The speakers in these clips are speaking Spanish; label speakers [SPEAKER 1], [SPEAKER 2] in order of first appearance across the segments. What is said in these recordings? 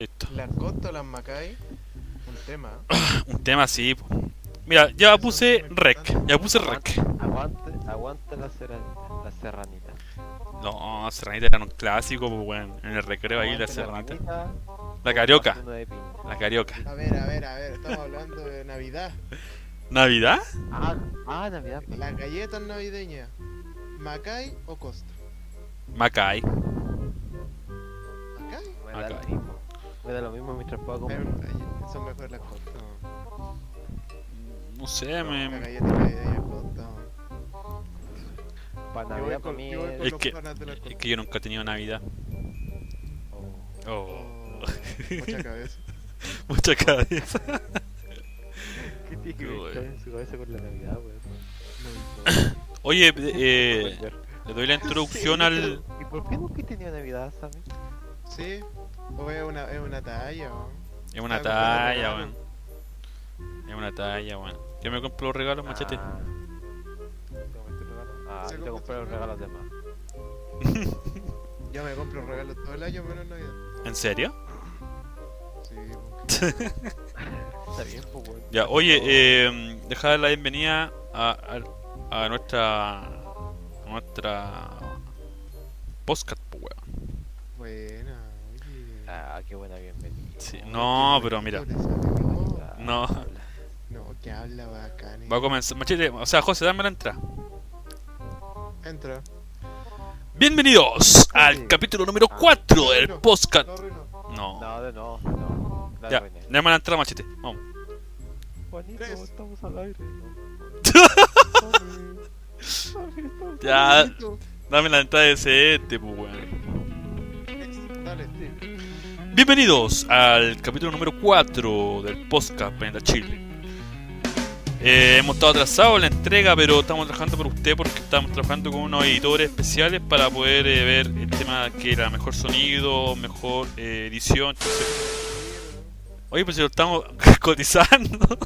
[SPEAKER 1] Listo.
[SPEAKER 2] Las Ghost o las Macay, un tema.
[SPEAKER 1] Un tema así. po. Mira, ya puse rec. Ya puse rec.
[SPEAKER 3] Aguante, aguante la, serran- la serranita.
[SPEAKER 1] No, Serranita era un clásico, pues weón. En el recreo ahí la
[SPEAKER 3] Aguante
[SPEAKER 1] Serranita.
[SPEAKER 3] ranita,
[SPEAKER 1] La Carioca.
[SPEAKER 3] uno de piña.
[SPEAKER 1] La Carioca.
[SPEAKER 2] A ver, a ver, a ver, estamos hablando de Navidad.
[SPEAKER 1] ¿Navidad?
[SPEAKER 3] Ah, ah, Navidad.
[SPEAKER 2] Las galletas navideñas, Macay o Costa.
[SPEAKER 1] Macay.
[SPEAKER 2] Macay.
[SPEAKER 3] Me da
[SPEAKER 1] Acá.
[SPEAKER 3] lo mismo. Me da lo mismo mientras pueda
[SPEAKER 2] Hay
[SPEAKER 3] comer.
[SPEAKER 2] un- hay- Son mejores las Costa.
[SPEAKER 1] No sé,
[SPEAKER 2] Las
[SPEAKER 1] me...
[SPEAKER 2] galletas navideñas Costa.
[SPEAKER 3] Para
[SPEAKER 2] Yo voy
[SPEAKER 3] Navidad
[SPEAKER 2] con,
[SPEAKER 3] comí.
[SPEAKER 2] yo voy con
[SPEAKER 1] Es
[SPEAKER 2] los
[SPEAKER 1] que-
[SPEAKER 2] panas de las
[SPEAKER 1] Es
[SPEAKER 2] Costa.
[SPEAKER 1] que yo nunca he tenido Navidad.
[SPEAKER 3] Oh,
[SPEAKER 1] Oh,
[SPEAKER 2] Oh, mucha cabeza.
[SPEAKER 1] mucha cabeza.
[SPEAKER 3] ¿Qué tiene que
[SPEAKER 1] Uy.
[SPEAKER 3] ver esto en su cabeza con la Navidad, weón?
[SPEAKER 2] No me importa.
[SPEAKER 1] Oye, eh, le doy la introducción al...
[SPEAKER 3] ¿Y por qué nunca he tenido Navidad, Sammy?
[SPEAKER 2] Sí, o es una, es una talla. ¿no?
[SPEAKER 1] Es una
[SPEAKER 2] Ah, comprando
[SPEAKER 1] talla,
[SPEAKER 2] regalos.
[SPEAKER 1] weón. Es una talla, weón. Yo me compro los regalos, machete.
[SPEAKER 3] Ah. ¿Te compraste un regalo? Ah,
[SPEAKER 2] ¿Se
[SPEAKER 3] yo
[SPEAKER 2] compró
[SPEAKER 3] compré
[SPEAKER 2] un
[SPEAKER 3] los
[SPEAKER 2] regalo?
[SPEAKER 3] regalos de más.
[SPEAKER 2] Yo me compro regalos todo el año menos Navidad.
[SPEAKER 1] ¿En serio?
[SPEAKER 2] Sí,
[SPEAKER 3] Está bien, pues, weón.
[SPEAKER 1] Ya, oye, eh, deja la bienvenida a, a, a nuestra... A nuestra... Podcast, pues, weón.
[SPEAKER 2] buena. Oye.
[SPEAKER 3] Ah, qué buena bienvenida. Ah,
[SPEAKER 1] Sí,
[SPEAKER 2] Ay,
[SPEAKER 1] No,
[SPEAKER 2] qué
[SPEAKER 1] pero mira.
[SPEAKER 2] bonito te sale, Oh, no.
[SPEAKER 1] No.
[SPEAKER 3] habla.
[SPEAKER 2] No, que habla bacán. eh.
[SPEAKER 1] Va a comenzar. Machete, o sea, José, dame la entrada.
[SPEAKER 2] Entra.
[SPEAKER 1] Bienvenidos al
[SPEAKER 3] Sí.
[SPEAKER 1] capítulo número 4 del
[SPEAKER 2] no,
[SPEAKER 1] podcast.
[SPEAKER 2] No, Rino.
[SPEAKER 1] No.
[SPEAKER 3] No, de no, no. La
[SPEAKER 1] Ya,
[SPEAKER 3] arruiné.
[SPEAKER 1] dame la entrada, machete. Vamos.
[SPEAKER 3] Juanito,
[SPEAKER 2] Tres.
[SPEAKER 3] estamos al aire.
[SPEAKER 1] Ya,
[SPEAKER 2] Bonito.
[SPEAKER 1] dame la entrada de ese este, pues, weón.
[SPEAKER 2] Ex- Dale, sí.
[SPEAKER 1] Bienvenidos al capítulo número 4 del podcast Venda Chile. Eh, hemos estado atrasados en la entrega, pero estamos trabajando por usted porque estamos trabajando con unos editores especiales para poder eh, ver el tema que era mejor sonido, mejor eh, edición. entonces- Oye, pues si lo estamos cotizando.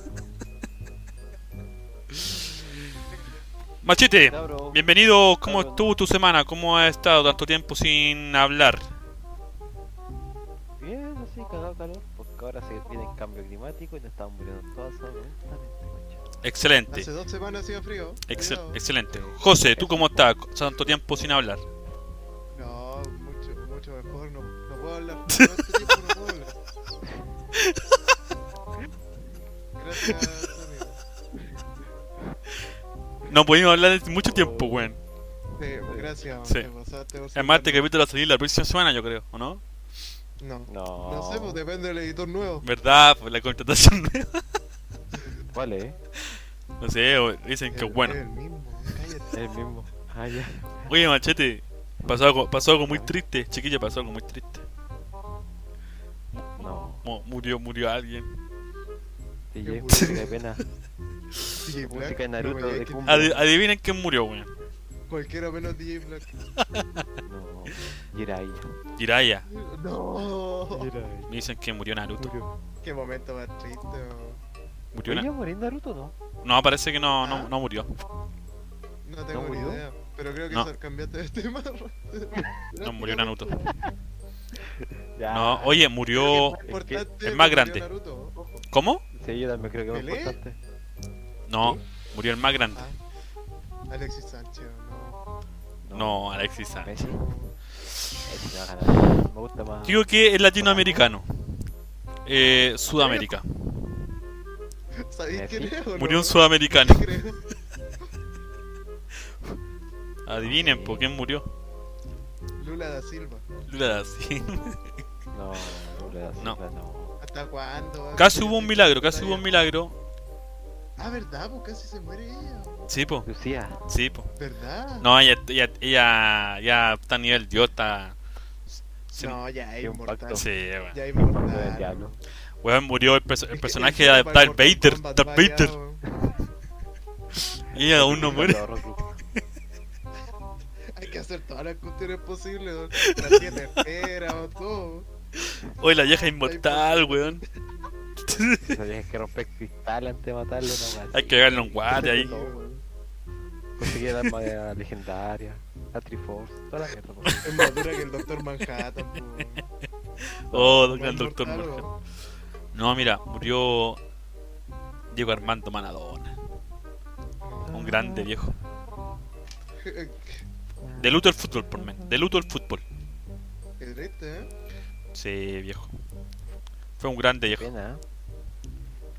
[SPEAKER 1] Machete,
[SPEAKER 3] Ya, bro.
[SPEAKER 1] bienvenido. ¿Cómo
[SPEAKER 3] Cabrón.
[SPEAKER 1] estuvo tu semana? ¿Cómo ha estado tanto tiempo sin hablar?
[SPEAKER 3] Bien, así, cagado calor. Porque ahora se viene el cambio climático y nos estamos muriendo todas absolutamente, concha.
[SPEAKER 1] Excelente.
[SPEAKER 2] Hace dos semanas hacía frío.
[SPEAKER 1] Excel-
[SPEAKER 2] cuidado.
[SPEAKER 1] excelente. José, ¿tú cómo estás? Tanto tiempo sin hablar.
[SPEAKER 2] No, mucho, mucho mejor. No, no puedo hablar. Todo este tiempo no puedo hablar. Gracias, amigo.
[SPEAKER 1] No pudimos hablar de mucho tiempo, weón.
[SPEAKER 2] Sí, gracias.
[SPEAKER 1] Sí.
[SPEAKER 2] Te pasaste por
[SPEAKER 1] Además, te
[SPEAKER 2] cercano.
[SPEAKER 1] capítulo va a salir la próxima semana, yo creo, ¿o no?
[SPEAKER 2] No.
[SPEAKER 3] No.
[SPEAKER 2] No sé, pues depende del editor nuevo.
[SPEAKER 1] ¿Verdad? Pues la contratación.
[SPEAKER 3] ¿Cuál es?
[SPEAKER 1] no sé, o- dicen que es
[SPEAKER 2] El-
[SPEAKER 1] bueno.
[SPEAKER 2] El mismo, eh, cállate.
[SPEAKER 3] El mismo. Ah, ya.
[SPEAKER 1] Oye, Machete, pasó algo, pasó algo muy triste. Chiquilla, pasó algo muy triste.
[SPEAKER 3] No.
[SPEAKER 1] Mu- murió, murió alguien.
[SPEAKER 3] DJ,
[SPEAKER 2] bueno.
[SPEAKER 3] música de pena.
[SPEAKER 2] DJ Black.
[SPEAKER 3] Música de
[SPEAKER 2] no me
[SPEAKER 3] Naruto,
[SPEAKER 2] digas
[SPEAKER 3] de
[SPEAKER 2] que-
[SPEAKER 3] cumbia.
[SPEAKER 1] Adi- adivinen quién murió, weón.
[SPEAKER 2] Cualquiera menos DJ Black.
[SPEAKER 3] No. Jiraiya.
[SPEAKER 1] Jiraya.
[SPEAKER 2] No.
[SPEAKER 3] Jiraiya.
[SPEAKER 1] Me dicen que murió Naruto.
[SPEAKER 2] Qué momento más triste. weón.
[SPEAKER 1] ¿Murió
[SPEAKER 3] ¿Voy
[SPEAKER 1] Na-
[SPEAKER 3] a morir Naruto no?
[SPEAKER 1] No, parece que no, no, no murió.
[SPEAKER 2] No tengo ni
[SPEAKER 3] murió?
[SPEAKER 2] idea. Pero creo que
[SPEAKER 1] No.
[SPEAKER 2] sal- cambiaste de este tema.
[SPEAKER 1] No murió Naruto.
[SPEAKER 3] Ya.
[SPEAKER 1] No, oye, murió.
[SPEAKER 2] Importante,
[SPEAKER 1] es más
[SPEAKER 2] que murió
[SPEAKER 1] grande.
[SPEAKER 2] Naruto, ojo.
[SPEAKER 1] ¿Cómo?
[SPEAKER 3] Sí, yo también creo que es
[SPEAKER 2] ¿Pelé?
[SPEAKER 3] importante.
[SPEAKER 1] No, murió el más grande.
[SPEAKER 2] Ah, Alexis Sánchez, no.
[SPEAKER 1] No, Ah. Alexis Sánchez.
[SPEAKER 3] Messi. Messi no va a ganar. Me gusta más.
[SPEAKER 1] Digo que es latinoamericano. Eh, Sudamérica.
[SPEAKER 2] ¿Sabéis quién
[SPEAKER 3] Messi.
[SPEAKER 2] es o no?
[SPEAKER 1] Murió un sudamericano.
[SPEAKER 2] Creo.
[SPEAKER 1] Adivinen por quién murió.
[SPEAKER 2] Lula da Silva.
[SPEAKER 1] Lula da Silva.
[SPEAKER 3] No, no le das
[SPEAKER 1] No.
[SPEAKER 3] cifra, no.
[SPEAKER 2] ¿Hasta cuándo? weón?
[SPEAKER 1] Casi hubo un milagro, casi hubo un milagro.
[SPEAKER 2] Ah, ¿verdad? Pues casi se muere ella.
[SPEAKER 1] Sí, po,
[SPEAKER 3] Lucía.
[SPEAKER 1] sí, po.
[SPEAKER 2] ¿Verdad?
[SPEAKER 1] No, ella, ella, ella ya está a nivel dios, está... se-
[SPEAKER 2] No, ya es
[SPEAKER 3] Qué un
[SPEAKER 2] inmortal.
[SPEAKER 3] pacto.
[SPEAKER 1] Sí, weón.
[SPEAKER 2] Ya es
[SPEAKER 3] Lo del
[SPEAKER 2] inmortal.
[SPEAKER 3] diablo.
[SPEAKER 1] Weón, murió el, perso- el
[SPEAKER 2] Es que
[SPEAKER 1] personaje
[SPEAKER 2] encima
[SPEAKER 1] de
[SPEAKER 2] para
[SPEAKER 1] Darth
[SPEAKER 2] Mortal
[SPEAKER 1] Vader.
[SPEAKER 2] Kombat
[SPEAKER 1] Darth
[SPEAKER 2] vaya,
[SPEAKER 1] Vader.
[SPEAKER 2] weón.
[SPEAKER 1] Y ella aún no muere.
[SPEAKER 3] Lo ahorro, Lu.
[SPEAKER 2] Hay que hacer todas las cuestiones posibles. weón. La siete esferas o todo.
[SPEAKER 1] Oye, la vieja inmortal, weón.
[SPEAKER 3] Esa vieja que rompe cristal antes de matarlo. No, weón.
[SPEAKER 1] Hay que darle un guate ahí.
[SPEAKER 3] No, weón. Conseguí el arma de la legendaria. La Triforce. Toda la mierda. weón.
[SPEAKER 2] pues. Es más dura que el Doctor Manhattan. po, weón.
[SPEAKER 1] Oh, don- gran
[SPEAKER 2] Buen
[SPEAKER 1] doctor
[SPEAKER 2] mortal,
[SPEAKER 1] Morgan.
[SPEAKER 2] weón.
[SPEAKER 1] No, mira, murió Diego Armando Maradona. Un grande viejo. De luto el fútbol, por men. De luto el fútbol.
[SPEAKER 2] Qué triste, ¿eh?
[SPEAKER 1] Sí, viejo. Fue un grande viejo.
[SPEAKER 3] Pena, ¿eh?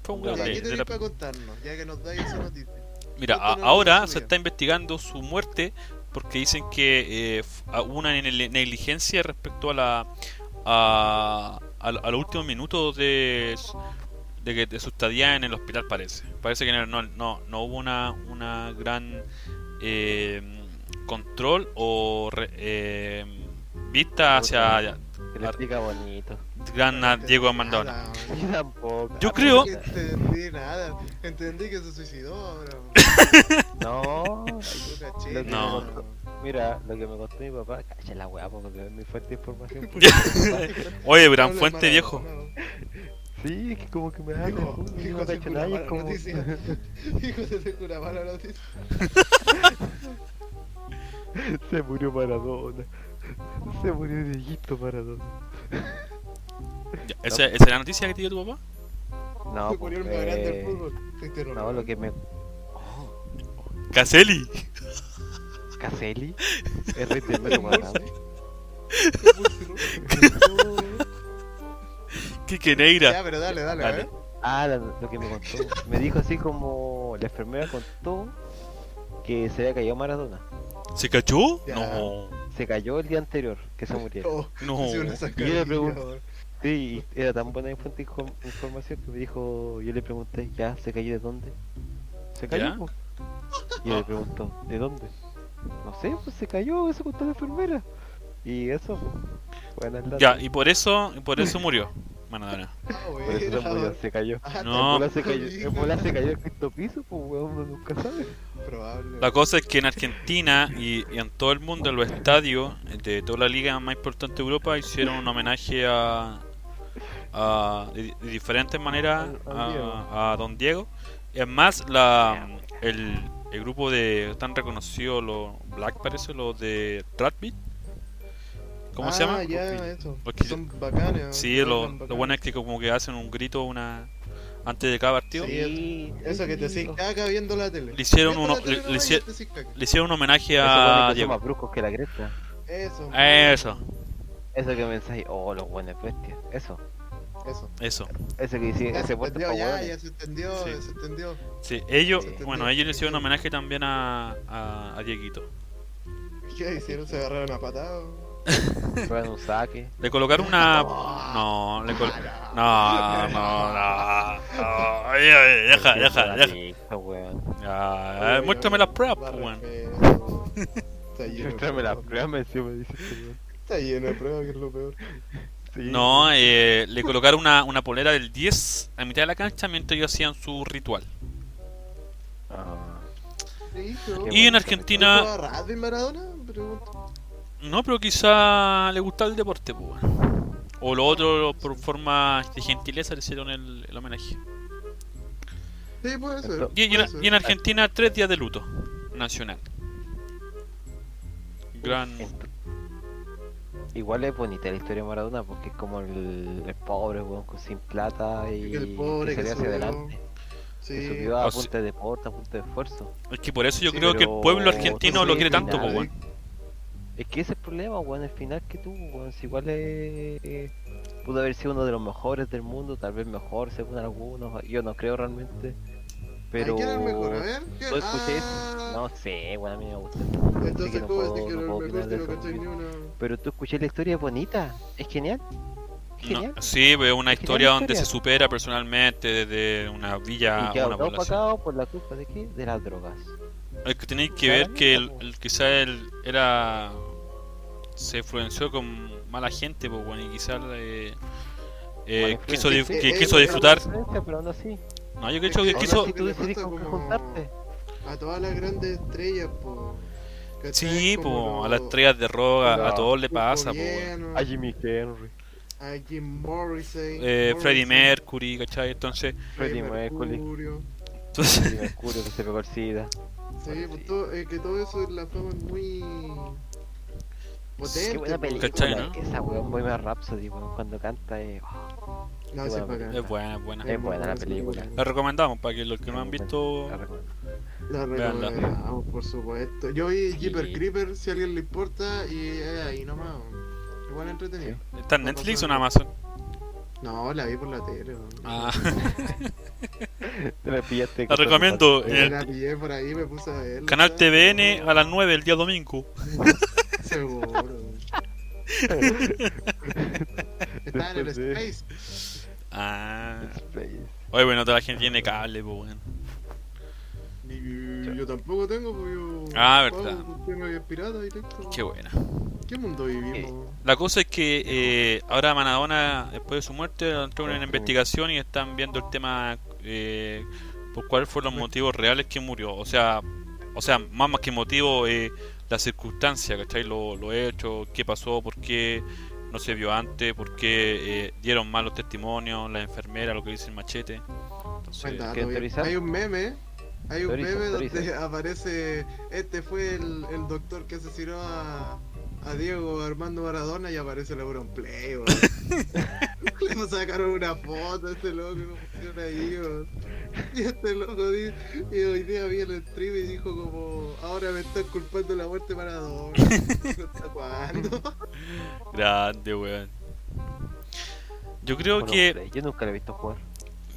[SPEAKER 1] Fue un
[SPEAKER 2] Ya,
[SPEAKER 1] grande.
[SPEAKER 2] ¿Qué
[SPEAKER 1] de la-
[SPEAKER 2] tenéis para contarnos? Ya que nos dais esa noticia.
[SPEAKER 1] Mira, a-
[SPEAKER 2] Cuéntanos
[SPEAKER 1] ahora
[SPEAKER 2] de su
[SPEAKER 1] se
[SPEAKER 2] vida.
[SPEAKER 1] está investigando su muerte porque dicen que eh, f- ah, hubo una ne- negligencia respecto a la a, a- a los últimos minutos de s- de, que- de su estadía en el hospital parece. Parece que no no, no hubo una una gran eh, control o re- eh, vista hacia
[SPEAKER 3] Que le
[SPEAKER 1] Ar-
[SPEAKER 3] explica bonito.
[SPEAKER 1] gran a Ah, Diego Armandona.
[SPEAKER 2] Este, Nada, weón.
[SPEAKER 3] Yo tampoco.
[SPEAKER 1] Yo
[SPEAKER 3] ah,
[SPEAKER 1] creo-
[SPEAKER 3] puta.
[SPEAKER 2] Entendí nada. Entendí que se suicidó ahora. weón.
[SPEAKER 3] No.
[SPEAKER 2] Yo caché,
[SPEAKER 3] Lo que
[SPEAKER 1] No.
[SPEAKER 2] weón.
[SPEAKER 3] Mira, lo que me contó mi papá. Cacha la weá, porque es mi fuerte información.
[SPEAKER 1] Oye, gran
[SPEAKER 2] Habla de
[SPEAKER 1] fuente viejo.
[SPEAKER 2] Maradona, weón.
[SPEAKER 3] Sí, es que como que me da
[SPEAKER 2] Hijo,
[SPEAKER 3] no me
[SPEAKER 2] hijo,
[SPEAKER 3] ha
[SPEAKER 2] se
[SPEAKER 3] hecho
[SPEAKER 2] cura
[SPEAKER 3] nada y
[SPEAKER 2] mala
[SPEAKER 3] es como...
[SPEAKER 2] noticia. Hijo de se cura mala noticia.
[SPEAKER 3] Se murió Maradona. Se murió Dieguito Maradona.
[SPEAKER 1] Ya, ¿Esa, esa es la noticia que te dio tu papá?
[SPEAKER 3] No,
[SPEAKER 2] se murió el más
[SPEAKER 3] pues,
[SPEAKER 2] grande
[SPEAKER 3] eh,
[SPEAKER 2] del fútbol. Te interrumpí.
[SPEAKER 3] No, lo que me...
[SPEAKER 1] Caselli.
[SPEAKER 3] Caselli es rey del
[SPEAKER 2] Pero
[SPEAKER 3] mundo,
[SPEAKER 2] Murphy.
[SPEAKER 3] Maradona.
[SPEAKER 1] Quique Neira.
[SPEAKER 2] Ya, pero dale, dale,
[SPEAKER 1] Dale.
[SPEAKER 2] a ver.
[SPEAKER 3] Ah, la- lo que me contó. Me dijo así como la enfermera contó que se había caído Maradona.
[SPEAKER 1] ¿Se cachó?
[SPEAKER 2] Ya.
[SPEAKER 1] No.
[SPEAKER 3] Se cayó el día anterior que se murió.
[SPEAKER 2] Oh,
[SPEAKER 1] No.
[SPEAKER 2] hice una
[SPEAKER 3] yo le pregunto.
[SPEAKER 2] weón.
[SPEAKER 3] Sí, y era tan buena mi fuente de inco- información que me dijo, yo le pregunté, ¿ya se cayó de dónde?
[SPEAKER 1] ¿Ya?
[SPEAKER 3] ¿Se cayó? po? Y yo le pregunto, ¿de dónde? No sé, pues se cayó, eso contó la enfermera. Y eso, bueno,
[SPEAKER 1] Ya, y por eso, y por eso murió Maradona.
[SPEAKER 2] Ah,
[SPEAKER 3] por eso se,
[SPEAKER 2] weón.
[SPEAKER 3] murió, se cayó.
[SPEAKER 2] Ah,
[SPEAKER 1] No. pues,
[SPEAKER 3] En bola se cayó,
[SPEAKER 2] amigo.
[SPEAKER 3] en bola se cayó el quinto piso, pues weón, uno nunca sabe.
[SPEAKER 2] Probable.
[SPEAKER 1] La cosa es que en Argentina y, y en todo el mundo, en los estadios de toda la liga más importante de Europa, hicieron un homenaje a, a- de, de diferentes maneras
[SPEAKER 3] Al- al Diego.
[SPEAKER 1] a, a Don Diego. Es más, la, el, el grupo de tan reconocido, los Black parece, los de Rugby. ¿Cómo se llama?
[SPEAKER 2] Ah, ya, eso.
[SPEAKER 1] Porque-
[SPEAKER 2] Son bacanes. weón.
[SPEAKER 1] Sí,
[SPEAKER 2] Son
[SPEAKER 1] lo,
[SPEAKER 2] bacanes.
[SPEAKER 1] lo bueno es que como que hacen un grito una antes de cada partido.
[SPEAKER 2] Sí, Eso que te haces caca viendo la tele.
[SPEAKER 1] Le hicieron
[SPEAKER 2] Viendo
[SPEAKER 1] uno-
[SPEAKER 2] la tele
[SPEAKER 1] le- le
[SPEAKER 2] nomás y
[SPEAKER 1] hici-
[SPEAKER 2] te haces caca.
[SPEAKER 1] Le hicieron un homenaje
[SPEAKER 3] Esos
[SPEAKER 1] a
[SPEAKER 3] weones que son
[SPEAKER 1] Diego.
[SPEAKER 3] más bruscos que la cresta.
[SPEAKER 2] Eso.
[SPEAKER 1] Eso,
[SPEAKER 3] Eso que pensáis, oh, los buenos bestias. Eso,
[SPEAKER 2] Eso.
[SPEAKER 1] eso.
[SPEAKER 3] eso que dice,
[SPEAKER 2] Ya se
[SPEAKER 3] ese puerto
[SPEAKER 2] entendió,
[SPEAKER 3] pa'
[SPEAKER 2] ya,
[SPEAKER 3] weones.
[SPEAKER 2] ya se entendió,
[SPEAKER 1] Sí.
[SPEAKER 2] se entendió.
[SPEAKER 1] Sí, ellos,
[SPEAKER 3] Sí, te
[SPEAKER 1] bueno,
[SPEAKER 2] entiendo.
[SPEAKER 1] ellos le hicieron un homenaje también a, a, a Dieguito.
[SPEAKER 2] ¿Qué hicieron? Se agarraron a patadas.
[SPEAKER 3] Prueban un saque.
[SPEAKER 1] Le colocaron una...
[SPEAKER 3] Ah.
[SPEAKER 1] No, le col... No, no, no. no. Ay, ay, Deja, deja, deja.
[SPEAKER 3] Esa weón.
[SPEAKER 1] Ya, eh, muéstrame las pruebas, pues, weón.
[SPEAKER 2] weón. Está lleno. de
[SPEAKER 3] Entrame la
[SPEAKER 2] pruebas.
[SPEAKER 3] prueba, me decía, me dice este weón.
[SPEAKER 2] Está lleno de pruebas, que es lo peor.
[SPEAKER 3] Sí.
[SPEAKER 1] No, eh, le colocaron una, una polera del 10 a mitad de la cancha mientras ellos hacían su ritual.
[SPEAKER 3] Ah,
[SPEAKER 2] Listo.
[SPEAKER 1] Y en
[SPEAKER 3] bonito,
[SPEAKER 2] ¿No
[SPEAKER 1] Argentina...
[SPEAKER 2] jugaba rugby Maradona? Pregunto.
[SPEAKER 1] No, pero quizá le gustaba el deporte, pues. bueno. O lo otro, por forma de gentileza, le hicieron el, el homenaje.
[SPEAKER 2] Sí, puede ser.
[SPEAKER 3] Ento-
[SPEAKER 1] Y, y
[SPEAKER 2] puede
[SPEAKER 1] en,
[SPEAKER 2] ser.
[SPEAKER 1] y en Argentina, tres días de luto nacional. Gran.
[SPEAKER 3] ent- Igual es bonita la historia de Maradona porque es como el, el pobre, weón, con- sin plata y
[SPEAKER 2] El pobre que
[SPEAKER 3] salió hacia
[SPEAKER 2] subió.
[SPEAKER 3] adelante. Que
[SPEAKER 2] Sí.
[SPEAKER 3] subió a
[SPEAKER 1] O sea-
[SPEAKER 3] punta de deporte, a punta de esfuerzo.
[SPEAKER 1] Es que por eso yo
[SPEAKER 2] Sí,
[SPEAKER 1] creo que el
[SPEAKER 3] pero-
[SPEAKER 1] pueblo
[SPEAKER 3] no
[SPEAKER 1] argentino lo
[SPEAKER 3] sé,
[SPEAKER 1] quiere tanto,
[SPEAKER 3] nada,
[SPEAKER 1] pues, bueno.
[SPEAKER 3] Es que ese es el problema, weón, el final que tuvo, weón, si igual es... eh, Pudo haber sido uno de los mejores del mundo, tal vez mejor según algunos, yo no creo realmente.
[SPEAKER 2] Ay,
[SPEAKER 3] Pero...
[SPEAKER 2] ¿Quién era el mejor? A ver. ¿quién-
[SPEAKER 3] ¿Tú escuché eso?
[SPEAKER 2] Ah,
[SPEAKER 3] No sé, bueno, a mí me gusta. Así que
[SPEAKER 2] Entonces,
[SPEAKER 3] no
[SPEAKER 2] ¿cómo
[SPEAKER 3] puedo-
[SPEAKER 2] decir que era
[SPEAKER 3] no
[SPEAKER 2] el
[SPEAKER 3] puedo
[SPEAKER 2] mejor
[SPEAKER 3] opinar de
[SPEAKER 2] si no
[SPEAKER 3] eso.
[SPEAKER 2] cachai ni una?
[SPEAKER 3] Pero tú escuché la historia es bonita, es genial. Es
[SPEAKER 1] No,
[SPEAKER 3] genial.
[SPEAKER 1] sí, pero una
[SPEAKER 3] Es que
[SPEAKER 1] historia
[SPEAKER 3] gran
[SPEAKER 1] donde se
[SPEAKER 3] historia.
[SPEAKER 1] supera personalmente desde una villa
[SPEAKER 3] y
[SPEAKER 1] a
[SPEAKER 3] quedó
[SPEAKER 1] una
[SPEAKER 3] todo
[SPEAKER 1] población.
[SPEAKER 3] opacado por la culpa de qué? De las drogas.
[SPEAKER 1] Es que tenéis que
[SPEAKER 3] Cada
[SPEAKER 1] ver que el,
[SPEAKER 3] mierda, po.
[SPEAKER 1] el- quizá él era. Se influenció con mala gente, pues, bueno, y quizá eh, eh,
[SPEAKER 3] Mala
[SPEAKER 1] quiso,
[SPEAKER 3] influencia.
[SPEAKER 1] di- que
[SPEAKER 2] Eh,
[SPEAKER 1] quiso
[SPEAKER 2] eh,
[SPEAKER 1] disfrutar.
[SPEAKER 3] Influencia, Pero aún así,
[SPEAKER 1] No, yo creo que
[SPEAKER 2] Aún
[SPEAKER 3] aún
[SPEAKER 1] quiso.
[SPEAKER 3] así tú
[SPEAKER 2] Le
[SPEAKER 3] decidís
[SPEAKER 2] falta
[SPEAKER 3] con qué
[SPEAKER 2] como-
[SPEAKER 3] juntarte.
[SPEAKER 2] A todas las grandes estrellas, po. ¿Cachai?
[SPEAKER 1] Sí,
[SPEAKER 2] Como
[SPEAKER 1] po, a
[SPEAKER 2] los-
[SPEAKER 1] las estrellas de roga, a
[SPEAKER 3] Claro.
[SPEAKER 1] todos le
[SPEAKER 2] Kurt
[SPEAKER 1] pasa, po, weón.
[SPEAKER 2] Cobain,
[SPEAKER 3] A Jimmy Henry,
[SPEAKER 2] a Jim Morrissey,
[SPEAKER 1] eh,
[SPEAKER 2] Morrissey,
[SPEAKER 1] Freddie Mercury, ¿cachai? Entonces,
[SPEAKER 3] Freddie Mercury,
[SPEAKER 2] Mercurio.
[SPEAKER 1] entonces
[SPEAKER 3] Freddie Mercury que se pegó el SIDA.
[SPEAKER 2] Sí, pues, todo- es que todo eso, la fama es muy. Potente,
[SPEAKER 3] Qué buena
[SPEAKER 2] po.
[SPEAKER 3] película.
[SPEAKER 1] ¿Cachai, no?
[SPEAKER 3] Esa weón, Bohemian Rhapsody, weón, cuando canta eh,
[SPEAKER 2] No,
[SPEAKER 3] Qué
[SPEAKER 2] sí,
[SPEAKER 3] buena
[SPEAKER 2] bacán.
[SPEAKER 3] película.
[SPEAKER 1] Es buena, es buena.
[SPEAKER 3] Es buena la película.
[SPEAKER 1] La recomendamos para que los que no han visto.
[SPEAKER 3] la recomiendo.
[SPEAKER 2] La
[SPEAKER 1] Veanla.
[SPEAKER 2] recomendamos, por supuesto. Yo vi
[SPEAKER 1] Sí.
[SPEAKER 2] Jeeper Creeper, si a alguien le importa, y eh, ahí nomás. weón. Igual entretenido.
[SPEAKER 1] ¿Está en Netflix o en Amazon?
[SPEAKER 2] No, la vi por la tele. weón.
[SPEAKER 1] Ah,
[SPEAKER 3] Te la pillaste
[SPEAKER 1] la
[SPEAKER 3] con-
[SPEAKER 1] recomiendo. eh,
[SPEAKER 2] Me
[SPEAKER 1] en
[SPEAKER 2] la
[SPEAKER 1] el
[SPEAKER 2] pillé por ahí, me puse a verla.
[SPEAKER 1] canal TVN a las 9 el día domingo.
[SPEAKER 2] Seguro. weón. Está en el
[SPEAKER 3] Después de-
[SPEAKER 2] Space.
[SPEAKER 1] Ah.
[SPEAKER 3] Space.
[SPEAKER 1] Oye, bueno, toda la gente tiene cable, pues, weón.
[SPEAKER 2] Y Yo, yo tampoco tengo, pues yo.
[SPEAKER 1] Ah, verdad.
[SPEAKER 2] pago, porque no hay pirata directo.
[SPEAKER 1] Qué Eh, buena.
[SPEAKER 2] ¿Qué mundo vivimos?
[SPEAKER 1] La cosa es que eh, ahora Maradona, después de su muerte, entró en una investigación y están viendo el tema eh, por cuáles fueron los motivos reales que murió. O sea, o sea más, más que motivo, eh, la circunstancia, ¿cachai? Lo, lo hecho, qué pasó, por qué no se vio antes, por qué eh, dieron malos testimonios, la enfermera, lo que dice el machete. Entonces,
[SPEAKER 2] Buen dato,
[SPEAKER 3] ¿Quieres
[SPEAKER 2] bien.
[SPEAKER 3] teorizar?
[SPEAKER 2] Hay un meme. Hay un
[SPEAKER 3] Teoriza,
[SPEAKER 2] meme
[SPEAKER 3] teoriza.
[SPEAKER 2] donde aparece. Este fue el, el doctor que asesinó a, a Diego Armando Maradona y aparece el Auronplay, weón. Le sacaron una foto a este loco que pusieron ahí, weón. Y este loco dice. Y hoy día vi el stream y dijo como. Ahora me están culpando de la muerte de Maradona. ¿Hasta cuándo?
[SPEAKER 1] grande, weón. Yo creo
[SPEAKER 3] Bueno,
[SPEAKER 1] que
[SPEAKER 3] eh, Play. Yo nunca la he visto jugar.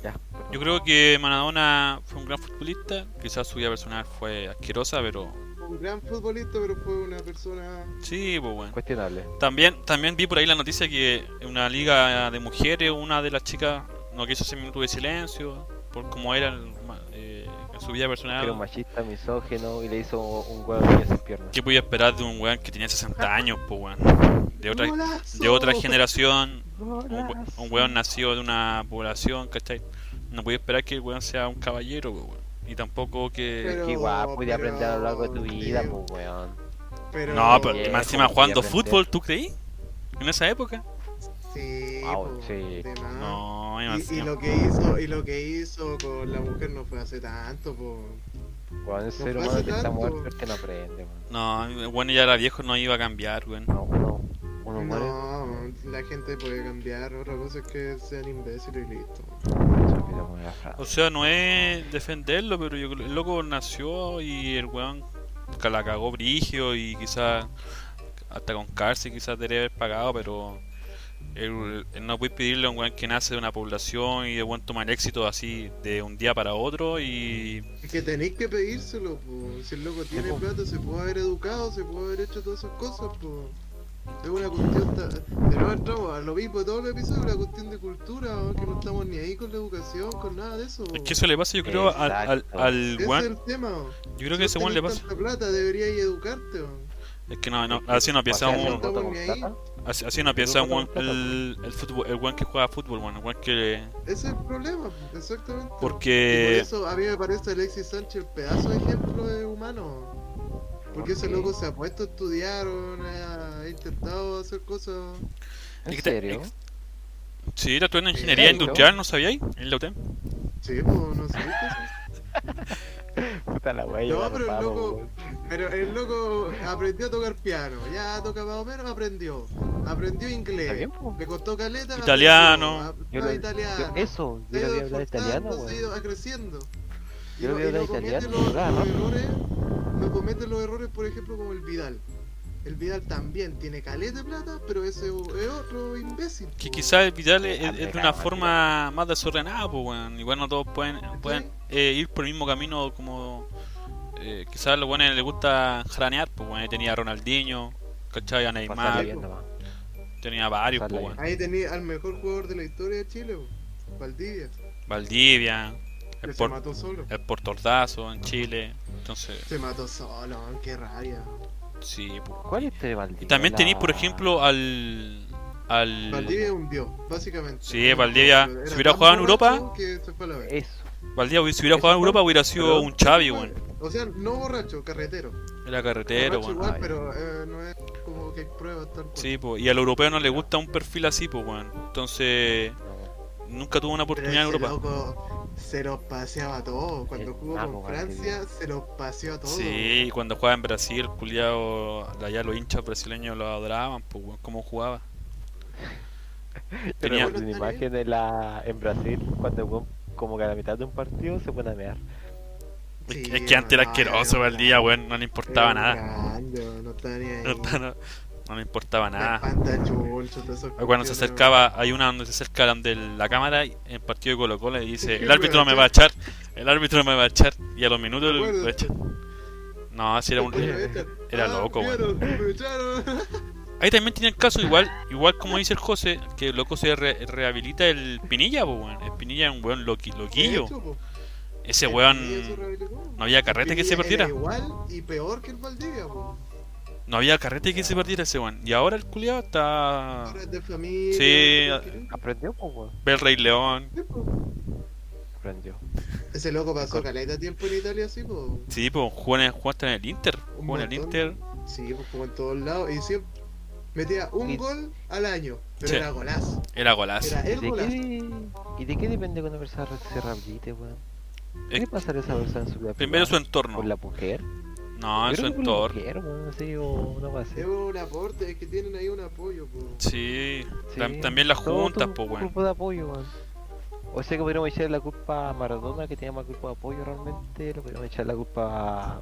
[SPEAKER 3] Ya, perdón.
[SPEAKER 1] Yo creo que Maradona fue un gran futbolista, quizás su vida personal fue asquerosa, pero
[SPEAKER 2] Un gran futbolista, pero fue una persona.
[SPEAKER 1] sí, pues bueno.
[SPEAKER 3] Cuestionable.
[SPEAKER 1] También, también vi por ahí la noticia que en una liga de mujeres, una de las chicas no quiso hacer minuto de silencio, por cómo era el ma- eh, en su vida
[SPEAKER 3] Que Era un
[SPEAKER 1] personal.
[SPEAKER 3] machista, misógeno y le hizo un huevo niño sin piernas.
[SPEAKER 1] ¿Qué podía esperar de un weón que tenía 60 años, pues weón? De otra,
[SPEAKER 2] ¡Golazo!
[SPEAKER 1] de otra generación, un, we-
[SPEAKER 3] Golazo.
[SPEAKER 1] un weón nacido de una población, ¿cachai? No podía esperar que el weón sea un caballero, pues, weón. Y tampoco que...
[SPEAKER 3] Qué guapo y de aprender a lo largo de tu
[SPEAKER 2] Pero-
[SPEAKER 3] vida, pues weón.
[SPEAKER 2] Pero... eh,
[SPEAKER 1] No, pero
[SPEAKER 3] Viejo,
[SPEAKER 1] más encima jugando
[SPEAKER 3] podía aprender.
[SPEAKER 1] fútbol, ¿tú creí? ¿En esa época?
[SPEAKER 2] Sí,
[SPEAKER 3] Wow,
[SPEAKER 2] po,
[SPEAKER 3] sí.
[SPEAKER 2] de más.
[SPEAKER 1] No, y más
[SPEAKER 2] Y, y
[SPEAKER 1] encima-
[SPEAKER 2] lo que hizo, y lo que hizo con la mujer no fue hace tanto, po.
[SPEAKER 3] Weón, ese ser
[SPEAKER 2] fue
[SPEAKER 3] humano
[SPEAKER 2] hace
[SPEAKER 3] que está
[SPEAKER 2] tanto.
[SPEAKER 3] muerto es que no aprende, weón.
[SPEAKER 1] No, bueno, ya era viejo, no iba a cambiar, weón.
[SPEAKER 3] No, uno, uno muere,
[SPEAKER 2] No, la gente puede cambiar, otra cosa es que sean imbéciles y listo.
[SPEAKER 3] se olvida como la frase.
[SPEAKER 1] O sea, no es defenderlo, pero yo, creo- el loco nació y el weón ca- la cagó brigio y quizás hasta con cárcel quizás debería haber pagado, pero el- el- no voy a pedirle a un weón que nace de una población y de buen tomar éxito así de un día para otro y
[SPEAKER 2] Es que tenéis que pedírselo, po. Si el loco tiene
[SPEAKER 3] po.
[SPEAKER 2] plata, se puede haber educado, se puede haber hecho todas esas cosas, po. Es una cuestión ta- de nuevo entramos a lo mismo de todos los episodios, una cuestión de cultura, po, que no estamos ni ahí con la educación, con nada de eso. po.
[SPEAKER 1] es que eso le pasa yo creo al, al,
[SPEAKER 3] Exacto.
[SPEAKER 1] al
[SPEAKER 2] Ese es
[SPEAKER 1] weón,
[SPEAKER 2] el tema. po.
[SPEAKER 1] yo creo
[SPEAKER 2] Si
[SPEAKER 1] que ese
[SPEAKER 2] no
[SPEAKER 1] weón le
[SPEAKER 2] tenés
[SPEAKER 1] pasa,
[SPEAKER 2] tanta plata, deberías educarte, po.
[SPEAKER 1] es que no, no, así no
[SPEAKER 3] Pasea
[SPEAKER 1] piensa
[SPEAKER 3] haciendo
[SPEAKER 1] uno,
[SPEAKER 2] Estamos
[SPEAKER 3] fotos con
[SPEAKER 2] ni ahí.
[SPEAKER 3] plata,
[SPEAKER 1] Así, así no piensa
[SPEAKER 3] Pero
[SPEAKER 1] un-
[SPEAKER 3] no
[SPEAKER 1] el,
[SPEAKER 3] tanto.
[SPEAKER 1] el fútbol, el weón que juega fútbol, bueno, el weón que...
[SPEAKER 2] Ese es el problema, exactamente. Y por
[SPEAKER 1] Porque...
[SPEAKER 2] eso a mí me parece Alexis Sánchez el pedazo de ejemplo de humano. Porque ese loco se ha puesto a estudiar, o ha intentado hacer cosas.
[SPEAKER 3] ¿En
[SPEAKER 1] Es que-
[SPEAKER 3] serio?
[SPEAKER 1] es- Sí, tatué en ingeniería
[SPEAKER 3] Exacto.
[SPEAKER 1] industrial, ¿no sabíais? En la E UTEM.
[SPEAKER 2] Sí, pues no sé. qué
[SPEAKER 3] Puta la wea,
[SPEAKER 2] No,
[SPEAKER 3] yo la
[SPEAKER 2] pero el
[SPEAKER 3] topaba,
[SPEAKER 2] loco-
[SPEAKER 3] weón.
[SPEAKER 2] sé. Pero el loco aprendió a tocar piano. Ya toca más o menos, aprendió. Aprendió
[SPEAKER 3] Está
[SPEAKER 2] inglés.
[SPEAKER 3] bien, po.
[SPEAKER 2] Le costó caleta.
[SPEAKER 1] Italiano.
[SPEAKER 2] aprendió,
[SPEAKER 3] Yo
[SPEAKER 2] aprendió
[SPEAKER 3] lo-
[SPEAKER 2] italiano.
[SPEAKER 3] yo- Eso,
[SPEAKER 2] Se
[SPEAKER 3] yo
[SPEAKER 2] ha ido
[SPEAKER 3] lo vi hablar italiano,
[SPEAKER 2] esforzando, Se ha
[SPEAKER 3] weón.
[SPEAKER 2] ido creciendo.
[SPEAKER 3] Yo lo vi hablar italiano,
[SPEAKER 2] los,
[SPEAKER 3] ah,
[SPEAKER 2] los
[SPEAKER 3] rápido.
[SPEAKER 2] errores, no comete los errores, por ejemplo, como el Vidal. El Vidal también tiene caleta de plata, pero ese o- es otro imbécil.
[SPEAKER 1] Que
[SPEAKER 2] po.
[SPEAKER 1] quizás el Vidal es,
[SPEAKER 3] Ah, me
[SPEAKER 1] es de
[SPEAKER 3] cago
[SPEAKER 1] una
[SPEAKER 3] en
[SPEAKER 1] forma más desordenada, pues, weón. Igual no todos pueden, pueden eh, ir por el mismo camino como... Eh, quizás a los buenos les gusta jaranear, pues, weón. Ahí Tenía a Ronaldinho, ¿cachai? A
[SPEAKER 3] Pasarla
[SPEAKER 1] Neymar,
[SPEAKER 3] bien nomás.
[SPEAKER 1] tenía varios, pues,
[SPEAKER 3] Pasarla
[SPEAKER 1] weón.
[SPEAKER 2] Ahí tenía al mejor jugador de la historia de Chile, po, Valdivia,
[SPEAKER 1] Valdivia,
[SPEAKER 2] que
[SPEAKER 1] el,
[SPEAKER 2] se
[SPEAKER 1] por, Eh.
[SPEAKER 2] mató solo.
[SPEAKER 1] el Portordazo en Chile. Entonces,
[SPEAKER 2] Se mató solo, man, qué rabia.
[SPEAKER 1] sí, pues.
[SPEAKER 3] ¿Cuál es este Valdivia?
[SPEAKER 1] Y también tenéis, por
[SPEAKER 3] La-
[SPEAKER 1] ejemplo, al. al
[SPEAKER 2] Valdivia es un dios, básicamente.
[SPEAKER 1] Mm. Sí, Valdivia, si hubiera jugado en Europa- eh,
[SPEAKER 2] Europa.
[SPEAKER 3] Eso.
[SPEAKER 1] Valdivia, si hubiera jugado en Europa, hubiera sido
[SPEAKER 3] Perdón.
[SPEAKER 1] un Xavi, weón.
[SPEAKER 2] O sea, no borracho, carretero.
[SPEAKER 1] Era carretero,
[SPEAKER 2] borracho
[SPEAKER 1] weón.
[SPEAKER 2] igual,
[SPEAKER 3] Ay.
[SPEAKER 2] pero eh, no es como que hay pruebas tal cual.
[SPEAKER 1] Sí, po, y al europeo no le gusta un perfil así, pues, weón. Entonces, nunca tuvo una
[SPEAKER 2] Pero
[SPEAKER 1] oportunidad en
[SPEAKER 2] ese
[SPEAKER 1] Europa.
[SPEAKER 2] loco- se los paseaba a todos. Cuando
[SPEAKER 3] El
[SPEAKER 2] jugó
[SPEAKER 3] Napo,
[SPEAKER 2] con
[SPEAKER 3] weón,
[SPEAKER 2] Francia, se los paseó a todos.
[SPEAKER 1] Sí, cuando jugaba en Brasil, culiado, allá los hinchas brasileños lo adoraban, pues, weón, cómo jugaba.
[SPEAKER 3] Pero
[SPEAKER 1] Tenía-
[SPEAKER 3] bueno, una imagen de la, en Brasil, cuando el weón, como que a la mitad de un partido se pone a mear.
[SPEAKER 1] Es
[SPEAKER 2] Sí,
[SPEAKER 1] que- es que antes era
[SPEAKER 2] no,
[SPEAKER 1] asqueroso
[SPEAKER 2] era
[SPEAKER 1] el día, weón, no le importaba
[SPEAKER 2] Era
[SPEAKER 1] nada.
[SPEAKER 2] un grande, no estaba ni ahí.
[SPEAKER 1] No, no- no le importaba
[SPEAKER 2] La
[SPEAKER 1] nada.
[SPEAKER 2] Fanta, chulcho, todo eso.
[SPEAKER 1] Cuando se acercaba, hay una donde se acerca donde la cámara y- en partido de Colo Colo y dice, el árbitro no me va a echar, el árbitro no me va a echar, y a los minutos lo, lo echan. No, así era un... era
[SPEAKER 2] Ah,
[SPEAKER 1] loco, weón.
[SPEAKER 2] weón.
[SPEAKER 1] Ahí también tiene el caso, igual igual como dice el José, que el loco se re- rehabilita el Pinilla, po, weón. El Pinilla es un weón loqui- loquillo. Ese weón... No había carrete que se perdiera.
[SPEAKER 2] Igual y peor que el Valdivia, po.
[SPEAKER 1] No había carrete que se perdiera ese weón. Y ahora el culiado está...
[SPEAKER 2] Ahora es de familia.
[SPEAKER 1] Ah. Sí, ah.
[SPEAKER 2] no sé qué.
[SPEAKER 3] Aprendió, pues, weón.
[SPEAKER 1] Ve el Rey León.
[SPEAKER 2] Sí, po.
[SPEAKER 3] Aprendió.
[SPEAKER 2] Ese loco pasó
[SPEAKER 1] Con-
[SPEAKER 2] caleta tiempo en Italia, sí, po.
[SPEAKER 1] Sí, pues jugó, en- jugó hasta en el Inter.
[SPEAKER 2] Un
[SPEAKER 1] Jugó en el
[SPEAKER 2] montón.
[SPEAKER 1] Inter.
[SPEAKER 2] Sí, pues como en todos lados. Y siempre metía un
[SPEAKER 3] Y-
[SPEAKER 2] gol al año. Pero
[SPEAKER 1] Sí.
[SPEAKER 2] era golazo.
[SPEAKER 1] Era golazo.
[SPEAKER 2] Era
[SPEAKER 3] ¿Y
[SPEAKER 2] el
[SPEAKER 3] de,
[SPEAKER 2] golazo.
[SPEAKER 3] qué, ¿Y de qué depende cuando una persona se rehabilite, weón? ¿Qué
[SPEAKER 1] Eh,
[SPEAKER 3] le pasará a esa persona en su vida?
[SPEAKER 1] Primero su
[SPEAKER 3] privada?
[SPEAKER 1] entorno.
[SPEAKER 3] ¿Por la mujer?
[SPEAKER 1] No, en su
[SPEAKER 3] Yo creo que por la
[SPEAKER 1] entorno.
[SPEAKER 3] mujer, weón, así, o una cosa así.
[SPEAKER 2] Es un aporte, es que tienen ahí un apoyo, po.
[SPEAKER 1] Sí.
[SPEAKER 3] Sí,
[SPEAKER 1] Tam- también las
[SPEAKER 3] todo
[SPEAKER 1] juntas,
[SPEAKER 3] tu
[SPEAKER 1] pues, weón.
[SPEAKER 3] Grupo de apoyo, weón. O sea que podríamos echar la culpa a Maradona, que tenía más grupo de apoyo realmente. Lo podríamos echar la culpa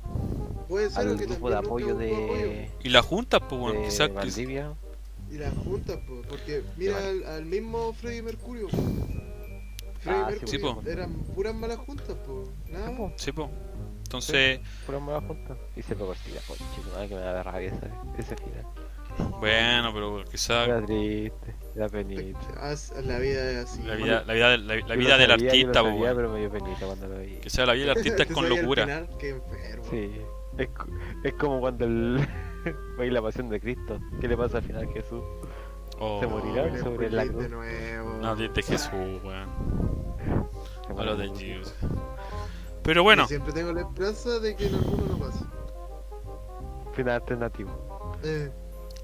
[SPEAKER 2] Puede ser
[SPEAKER 3] al
[SPEAKER 2] que
[SPEAKER 3] grupo
[SPEAKER 2] también
[SPEAKER 3] de
[SPEAKER 2] nunca
[SPEAKER 3] apoyo
[SPEAKER 2] hubo
[SPEAKER 3] de,
[SPEAKER 1] Y las juntas, pues, weón.
[SPEAKER 3] de
[SPEAKER 1] Quizás que-
[SPEAKER 3] Valdivia.
[SPEAKER 2] Y las juntas, po, porque mira
[SPEAKER 3] vale.
[SPEAKER 2] al, al mismo Freddy Mercurio. po. Freddy
[SPEAKER 3] Ah, sí,
[SPEAKER 2] Mercury
[SPEAKER 1] Sí, po.
[SPEAKER 2] eran puras malas juntas, po. Nada
[SPEAKER 3] Sí,
[SPEAKER 2] más.
[SPEAKER 3] po.
[SPEAKER 1] Sí, pues. Entonces,
[SPEAKER 3] Por la junta. Y se lo consigue, coche, madre que me da rabia esa- ese final.
[SPEAKER 1] bueno, pero quizás
[SPEAKER 3] Era triste, era penita.
[SPEAKER 2] Haz- La vida es así.
[SPEAKER 1] la vida, la vida, del- la, la
[SPEAKER 3] Yo lo
[SPEAKER 1] vida del
[SPEAKER 3] sabía, yo lo
[SPEAKER 1] artista, pues,
[SPEAKER 3] sabía,
[SPEAKER 1] weón.
[SPEAKER 3] pero me dio penita cuando lo vi.
[SPEAKER 1] Quizás la vida del artista es
[SPEAKER 2] Te
[SPEAKER 1] con
[SPEAKER 2] sabía el
[SPEAKER 1] locura.
[SPEAKER 2] final, Qué enfermo.
[SPEAKER 3] Sí, es, co- es como cuando el... veis la pasión de Cristo. ¿Qué le pasa al final a Jesús?
[SPEAKER 1] Oh,
[SPEAKER 3] Se morirá.
[SPEAKER 2] William
[SPEAKER 3] sobre la
[SPEAKER 2] Pulis de
[SPEAKER 3] cruz.
[SPEAKER 2] nuevo.
[SPEAKER 1] No, de de Jesús,
[SPEAKER 3] Ah.
[SPEAKER 1] weón.
[SPEAKER 3] Se
[SPEAKER 1] Hablo
[SPEAKER 3] muere
[SPEAKER 1] de
[SPEAKER 3] por Cristo.
[SPEAKER 1] Jesus. Pero
[SPEAKER 2] Yo
[SPEAKER 1] bueno,
[SPEAKER 2] Siempre tengo la esperanza de que en alguno no pase.
[SPEAKER 3] Final alternativo.
[SPEAKER 2] Eh,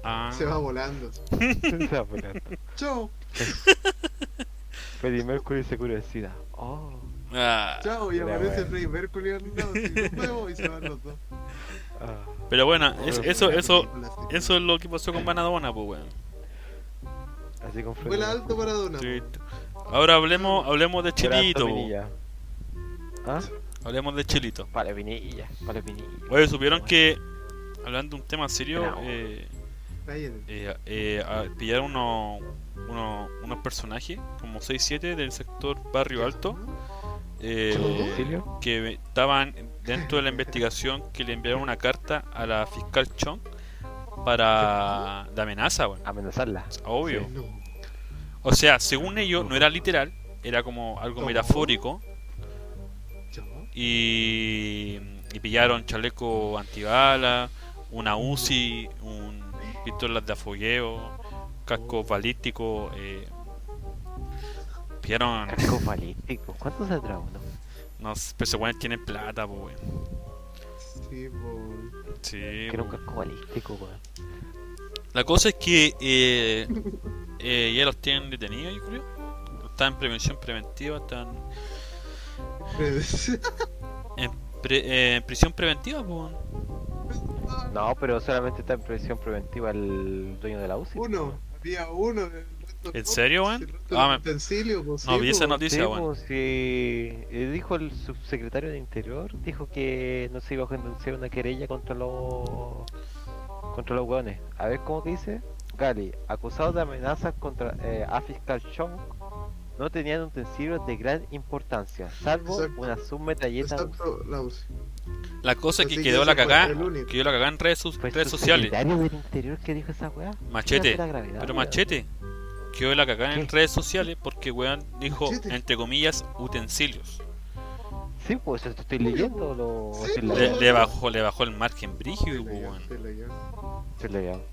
[SPEAKER 1] ah,
[SPEAKER 2] Se va volando.
[SPEAKER 3] Se va por alto.
[SPEAKER 2] Chao,
[SPEAKER 3] Freddie Mercury se cura de SIDA. Oh.
[SPEAKER 1] ah,
[SPEAKER 2] chao. Y
[SPEAKER 3] La
[SPEAKER 2] aparece
[SPEAKER 3] wea.
[SPEAKER 2] Freddy Mercury al lado. así, Nos vemos y se van los dos.
[SPEAKER 3] ah.
[SPEAKER 1] pero bueno, es-
[SPEAKER 3] Bueno,
[SPEAKER 1] eso,
[SPEAKER 2] Una
[SPEAKER 1] eso,
[SPEAKER 2] película así.
[SPEAKER 1] eso es lo que pasó con Maradona, pues, weón.
[SPEAKER 3] Así con Freddie
[SPEAKER 2] Vuela
[SPEAKER 3] Mercury.
[SPEAKER 2] alto Maradona.
[SPEAKER 1] Chilito. Ahora hablemos, hablemos de
[SPEAKER 3] Por alto,
[SPEAKER 1] Chilito. pues,
[SPEAKER 3] Pinilla. ¿Ah?
[SPEAKER 1] Hablemos de Chilito.
[SPEAKER 3] Vale, Pinilla. Vale, Pinilla.
[SPEAKER 1] Oye, supieron que, hablando de un tema serio, eh,
[SPEAKER 2] Cállate.
[SPEAKER 1] eh, eh, a- pillaron uno- uno- unos personajes, como 6-7 del sector Barrio Alto, eh,
[SPEAKER 3] ¿Con domicilio?
[SPEAKER 1] que estaban dentro de la investigación que le enviaron una carta a la fiscal Chong para la amenaza, bueno,
[SPEAKER 3] Amenazarla.
[SPEAKER 1] obvio.
[SPEAKER 2] No.
[SPEAKER 1] O sea, según ellos, no era literal, era como algo
[SPEAKER 2] No.
[SPEAKER 1] metafórico.
[SPEAKER 2] Chao.
[SPEAKER 1] y, y pillaron chaleco antibala, una UCI, un pistolas de afogueo, casco balístico, eh, pillaron
[SPEAKER 3] Casco balístico. ¿Cuánto saldrá uno?
[SPEAKER 1] unos pesos tienen plata, po, weón.
[SPEAKER 2] Sí, po.
[SPEAKER 1] Sí,
[SPEAKER 3] Quiero un
[SPEAKER 1] po.
[SPEAKER 3] casco balístico, weón.
[SPEAKER 1] La cosa es que eh, eh, ya los tienen detenidos, yo creo. Están en prevención preventiva, están en, pre- eh, en prisión preventiva, po. weón.
[SPEAKER 3] No, pero solamente está en prisión preventiva el dueño de la UCI.
[SPEAKER 2] Uno, había uno. el resto
[SPEAKER 1] ¿En
[SPEAKER 2] no,
[SPEAKER 1] serio,
[SPEAKER 2] pues,
[SPEAKER 1] weón?
[SPEAKER 2] el resto
[SPEAKER 1] Ah,
[SPEAKER 2] era
[SPEAKER 1] me-
[SPEAKER 2] utensilio, pues,
[SPEAKER 1] No
[SPEAKER 2] sí,
[SPEAKER 1] vi esa
[SPEAKER 2] pues.
[SPEAKER 1] noticia,
[SPEAKER 3] Sí,
[SPEAKER 1] weón.
[SPEAKER 3] pues, sí. Eh, dijo el subsecretario de Interior, dijo que no se iba a conducir una querella contra los contra los hueones. A ver cómo que dice. Gali, acusado de amenazas contra eh, a fiscal Chong, no tenían utensilios de gran importancia, salvo
[SPEAKER 2] Exacto.
[SPEAKER 3] una submetalleta
[SPEAKER 2] Exacto, la UCI.
[SPEAKER 1] La cosa es que
[SPEAKER 2] Así Pues que
[SPEAKER 1] quedó
[SPEAKER 2] ese
[SPEAKER 1] la
[SPEAKER 2] fue
[SPEAKER 1] cagá,
[SPEAKER 2] el único.
[SPEAKER 1] quedó la cagá en redes, sus-
[SPEAKER 3] Fue el
[SPEAKER 1] redes sociales.
[SPEAKER 3] subsecretario del Interior que dijo esa weá.
[SPEAKER 1] Machete.
[SPEAKER 3] Fíjate la gravedad,
[SPEAKER 1] Pero
[SPEAKER 3] weón.
[SPEAKER 1] Machete quedó la cagada en
[SPEAKER 3] ¿Qué?
[SPEAKER 1] redes sociales porque weón dijo,
[SPEAKER 2] Machete.
[SPEAKER 1] entre comillas, utensilios.
[SPEAKER 3] Sí, pues eso estoy leyendo. Lo...
[SPEAKER 2] Sí,
[SPEAKER 3] estoy
[SPEAKER 2] pues.
[SPEAKER 1] Le,
[SPEAKER 3] leyendo.
[SPEAKER 1] le bajó, le bajó el margen brígido,
[SPEAKER 2] Se leyó,
[SPEAKER 1] weón.
[SPEAKER 2] se leyó.
[SPEAKER 3] Estoy leyendo.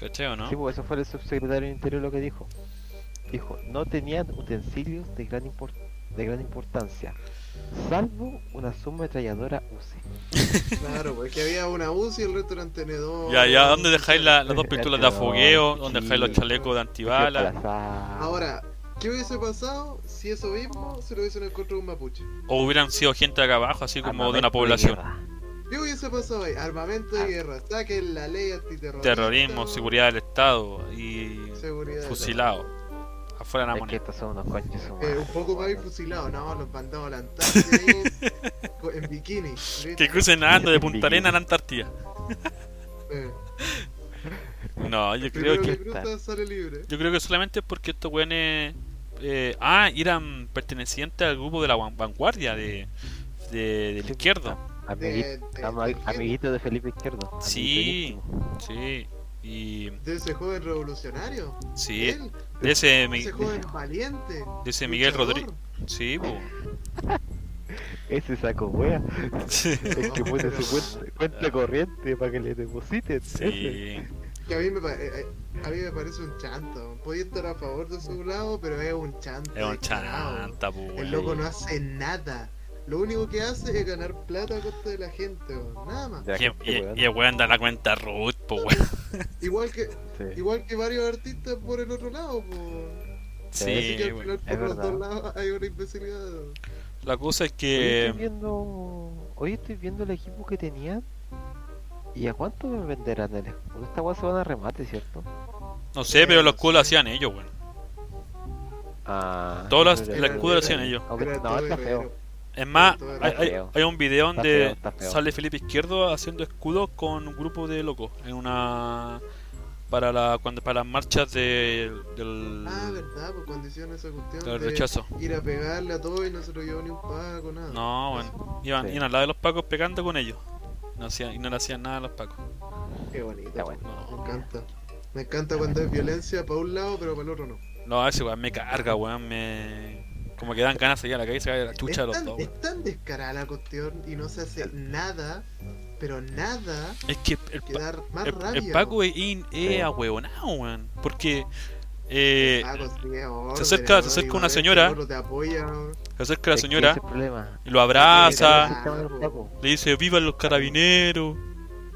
[SPEAKER 1] ¿Cachai o no?
[SPEAKER 3] Sí, pues eso fue el subsecretario de Interior lo que dijo. Dijo, no tenían utensilios de gran, impor- de gran importancia, salvo una submetralladora UCI.
[SPEAKER 2] Claro, pues que había una UCI y el resto eran tenedores.
[SPEAKER 1] Ya, ya, ¿dónde dejáis la- las dos pistolas de
[SPEAKER 3] Pero,
[SPEAKER 1] afogueo? ¿Dónde
[SPEAKER 3] sí.
[SPEAKER 1] dejáis los chalecos de antibalas?
[SPEAKER 3] Para sa-
[SPEAKER 2] Ahora, ¿Qué hubiese pasado si eso mismo se lo hubiesen encontrado un mapuche?
[SPEAKER 1] O hubieran sido gente acá abajo, así como de una
[SPEAKER 3] Armamento
[SPEAKER 1] población.
[SPEAKER 3] guerra.
[SPEAKER 2] ¿Qué hubiese pasado ahí? Armamento de
[SPEAKER 3] Ah.
[SPEAKER 2] guerra, saquen la ley antiterrorista.
[SPEAKER 1] Terrorismo, seguridad del Estado y
[SPEAKER 2] Seguridad.
[SPEAKER 1] fusilado. Afuera de la
[SPEAKER 3] Es que
[SPEAKER 1] moneda.
[SPEAKER 3] estos son unos conches
[SPEAKER 2] Eh,
[SPEAKER 3] humanos,
[SPEAKER 2] un poco más y
[SPEAKER 3] bueno.
[SPEAKER 2] fusilado, no, los mandados a la Antártida ahí, co- en bikini. ¿viste?
[SPEAKER 1] Que crucen nadando de Punta
[SPEAKER 3] Bikini.
[SPEAKER 1] Arena a la Antártida.
[SPEAKER 2] Eh,
[SPEAKER 1] No, yo creo
[SPEAKER 2] primero
[SPEAKER 1] que
[SPEAKER 2] que cruza sale libre.
[SPEAKER 1] Yo creo que solamente es porque estos weones. eh, ah, eran pertenecientes al grupo de la van- vanguardia de, de, de la
[SPEAKER 3] Sí,
[SPEAKER 1] izquierda.
[SPEAKER 3] Amiguito,
[SPEAKER 2] De- de-
[SPEAKER 3] ama-
[SPEAKER 2] de gente.
[SPEAKER 3] amiguito de Felipe Izquierdo. amiguito
[SPEAKER 1] Sí.
[SPEAKER 3] íntimo.
[SPEAKER 1] Sí. Y.
[SPEAKER 2] De ese joven revolucionario.
[SPEAKER 1] Sí.
[SPEAKER 2] él,
[SPEAKER 1] De ese, Mi-
[SPEAKER 2] ese joven valiente.
[SPEAKER 1] de ese Miguel
[SPEAKER 2] luchador.
[SPEAKER 1] Rodríguez. Sí, po.
[SPEAKER 3] Ese saco wea.
[SPEAKER 1] Sí.
[SPEAKER 3] Es que pone
[SPEAKER 2] pero-
[SPEAKER 3] su cuenta, cuenta corriente para que le depositen. Ese.
[SPEAKER 1] Sí.
[SPEAKER 2] Que a mí, me, pa- eh, eh, a mí me parece un chanto. Podía estar a favor de su lado, pero es un chanto.
[SPEAKER 1] Es un
[SPEAKER 2] descarado.
[SPEAKER 1] chanta, po,
[SPEAKER 2] El
[SPEAKER 1] weón.
[SPEAKER 2] loco no hace nada. Lo único que hace es ganar plata a costa de la gente, weón, nada más.
[SPEAKER 3] Ya, este
[SPEAKER 1] Y,
[SPEAKER 3] gente,
[SPEAKER 1] y-
[SPEAKER 3] weón.
[SPEAKER 1] y el weón da la cuenta Ruth, po, weón.
[SPEAKER 2] Igual que,
[SPEAKER 3] Sí.
[SPEAKER 2] igual que varios artistas por el otro lado, po. Así
[SPEAKER 1] Sí,
[SPEAKER 2] que al
[SPEAKER 1] weón.
[SPEAKER 2] final por
[SPEAKER 3] Es
[SPEAKER 2] los dos
[SPEAKER 3] verdad.
[SPEAKER 2] lados hay una imbecilidad. weón.
[SPEAKER 1] La cosa es
[SPEAKER 3] Hoy
[SPEAKER 1] que.
[SPEAKER 3] estoy viendo. Hoy estoy viendo el equipo que tenían. ¿Y a cuánto me venderán el escudo? Esta weá se van a remate, ¿cierto?
[SPEAKER 1] No sé, pero los culos hacían ellos, weón.
[SPEAKER 3] Ah,
[SPEAKER 1] Todas las-
[SPEAKER 3] pero
[SPEAKER 2] el escudo lo
[SPEAKER 1] hacían ellos.
[SPEAKER 3] Aunque-
[SPEAKER 2] Era
[SPEAKER 3] no,
[SPEAKER 2] todo
[SPEAKER 3] está
[SPEAKER 2] guerrero.
[SPEAKER 3] feo.
[SPEAKER 1] Es más,
[SPEAKER 2] Todo
[SPEAKER 1] hay,
[SPEAKER 3] era
[SPEAKER 1] hay-
[SPEAKER 3] feo.
[SPEAKER 1] hay un video
[SPEAKER 3] Está
[SPEAKER 1] donde
[SPEAKER 3] feo, está feo.
[SPEAKER 1] sale Felipe Izquierdo haciendo escudos con un grupo de locos en una para la cuando para las marchas de, del,
[SPEAKER 2] Ah, verdad, pues cuando hicieron esa cuestión
[SPEAKER 1] del
[SPEAKER 2] de
[SPEAKER 1] rechazo.
[SPEAKER 2] ir a pegarle a todo y no se lo llevó ni un pago, nada.
[SPEAKER 1] No, bueno, iban,
[SPEAKER 3] Sí.
[SPEAKER 1] iban al lado de los pacos pegando con ellos. No hacían, y no le hacían nada a los pacos.
[SPEAKER 2] Qué bonito.
[SPEAKER 3] Está bueno.
[SPEAKER 2] Me
[SPEAKER 1] No,
[SPEAKER 2] encanta. Me encanta cuando es violencia para un lado, pero para el otro no.
[SPEAKER 1] no ese weón me carga, weón, me como que dan ganas de ir a la calle y se cae la chucha de
[SPEAKER 2] es,
[SPEAKER 1] los
[SPEAKER 2] tan,
[SPEAKER 1] dos. weón.
[SPEAKER 2] es tan descarada la cuestión y no se hace nada, pero nada,
[SPEAKER 1] Es que el,
[SPEAKER 2] que
[SPEAKER 1] pa-
[SPEAKER 2] dar más
[SPEAKER 1] el,
[SPEAKER 2] rabia.
[SPEAKER 1] el Eh, Paco es, in- es
[SPEAKER 3] Sí.
[SPEAKER 1] ahueonado, weón, porque eh,
[SPEAKER 2] Paco Ah, pues, sí es orden,
[SPEAKER 1] acerca- se
[SPEAKER 2] ¿no?
[SPEAKER 1] acerca
[SPEAKER 2] Y
[SPEAKER 1] una
[SPEAKER 2] ves que
[SPEAKER 1] señora.
[SPEAKER 2] el otro te apoya.
[SPEAKER 1] se acerca la
[SPEAKER 3] Es que
[SPEAKER 1] señora
[SPEAKER 3] ese es el problema.
[SPEAKER 1] y lo
[SPEAKER 3] Ah,
[SPEAKER 1] abraza.
[SPEAKER 2] Esa-
[SPEAKER 1] Le dice, vivan los carabineros.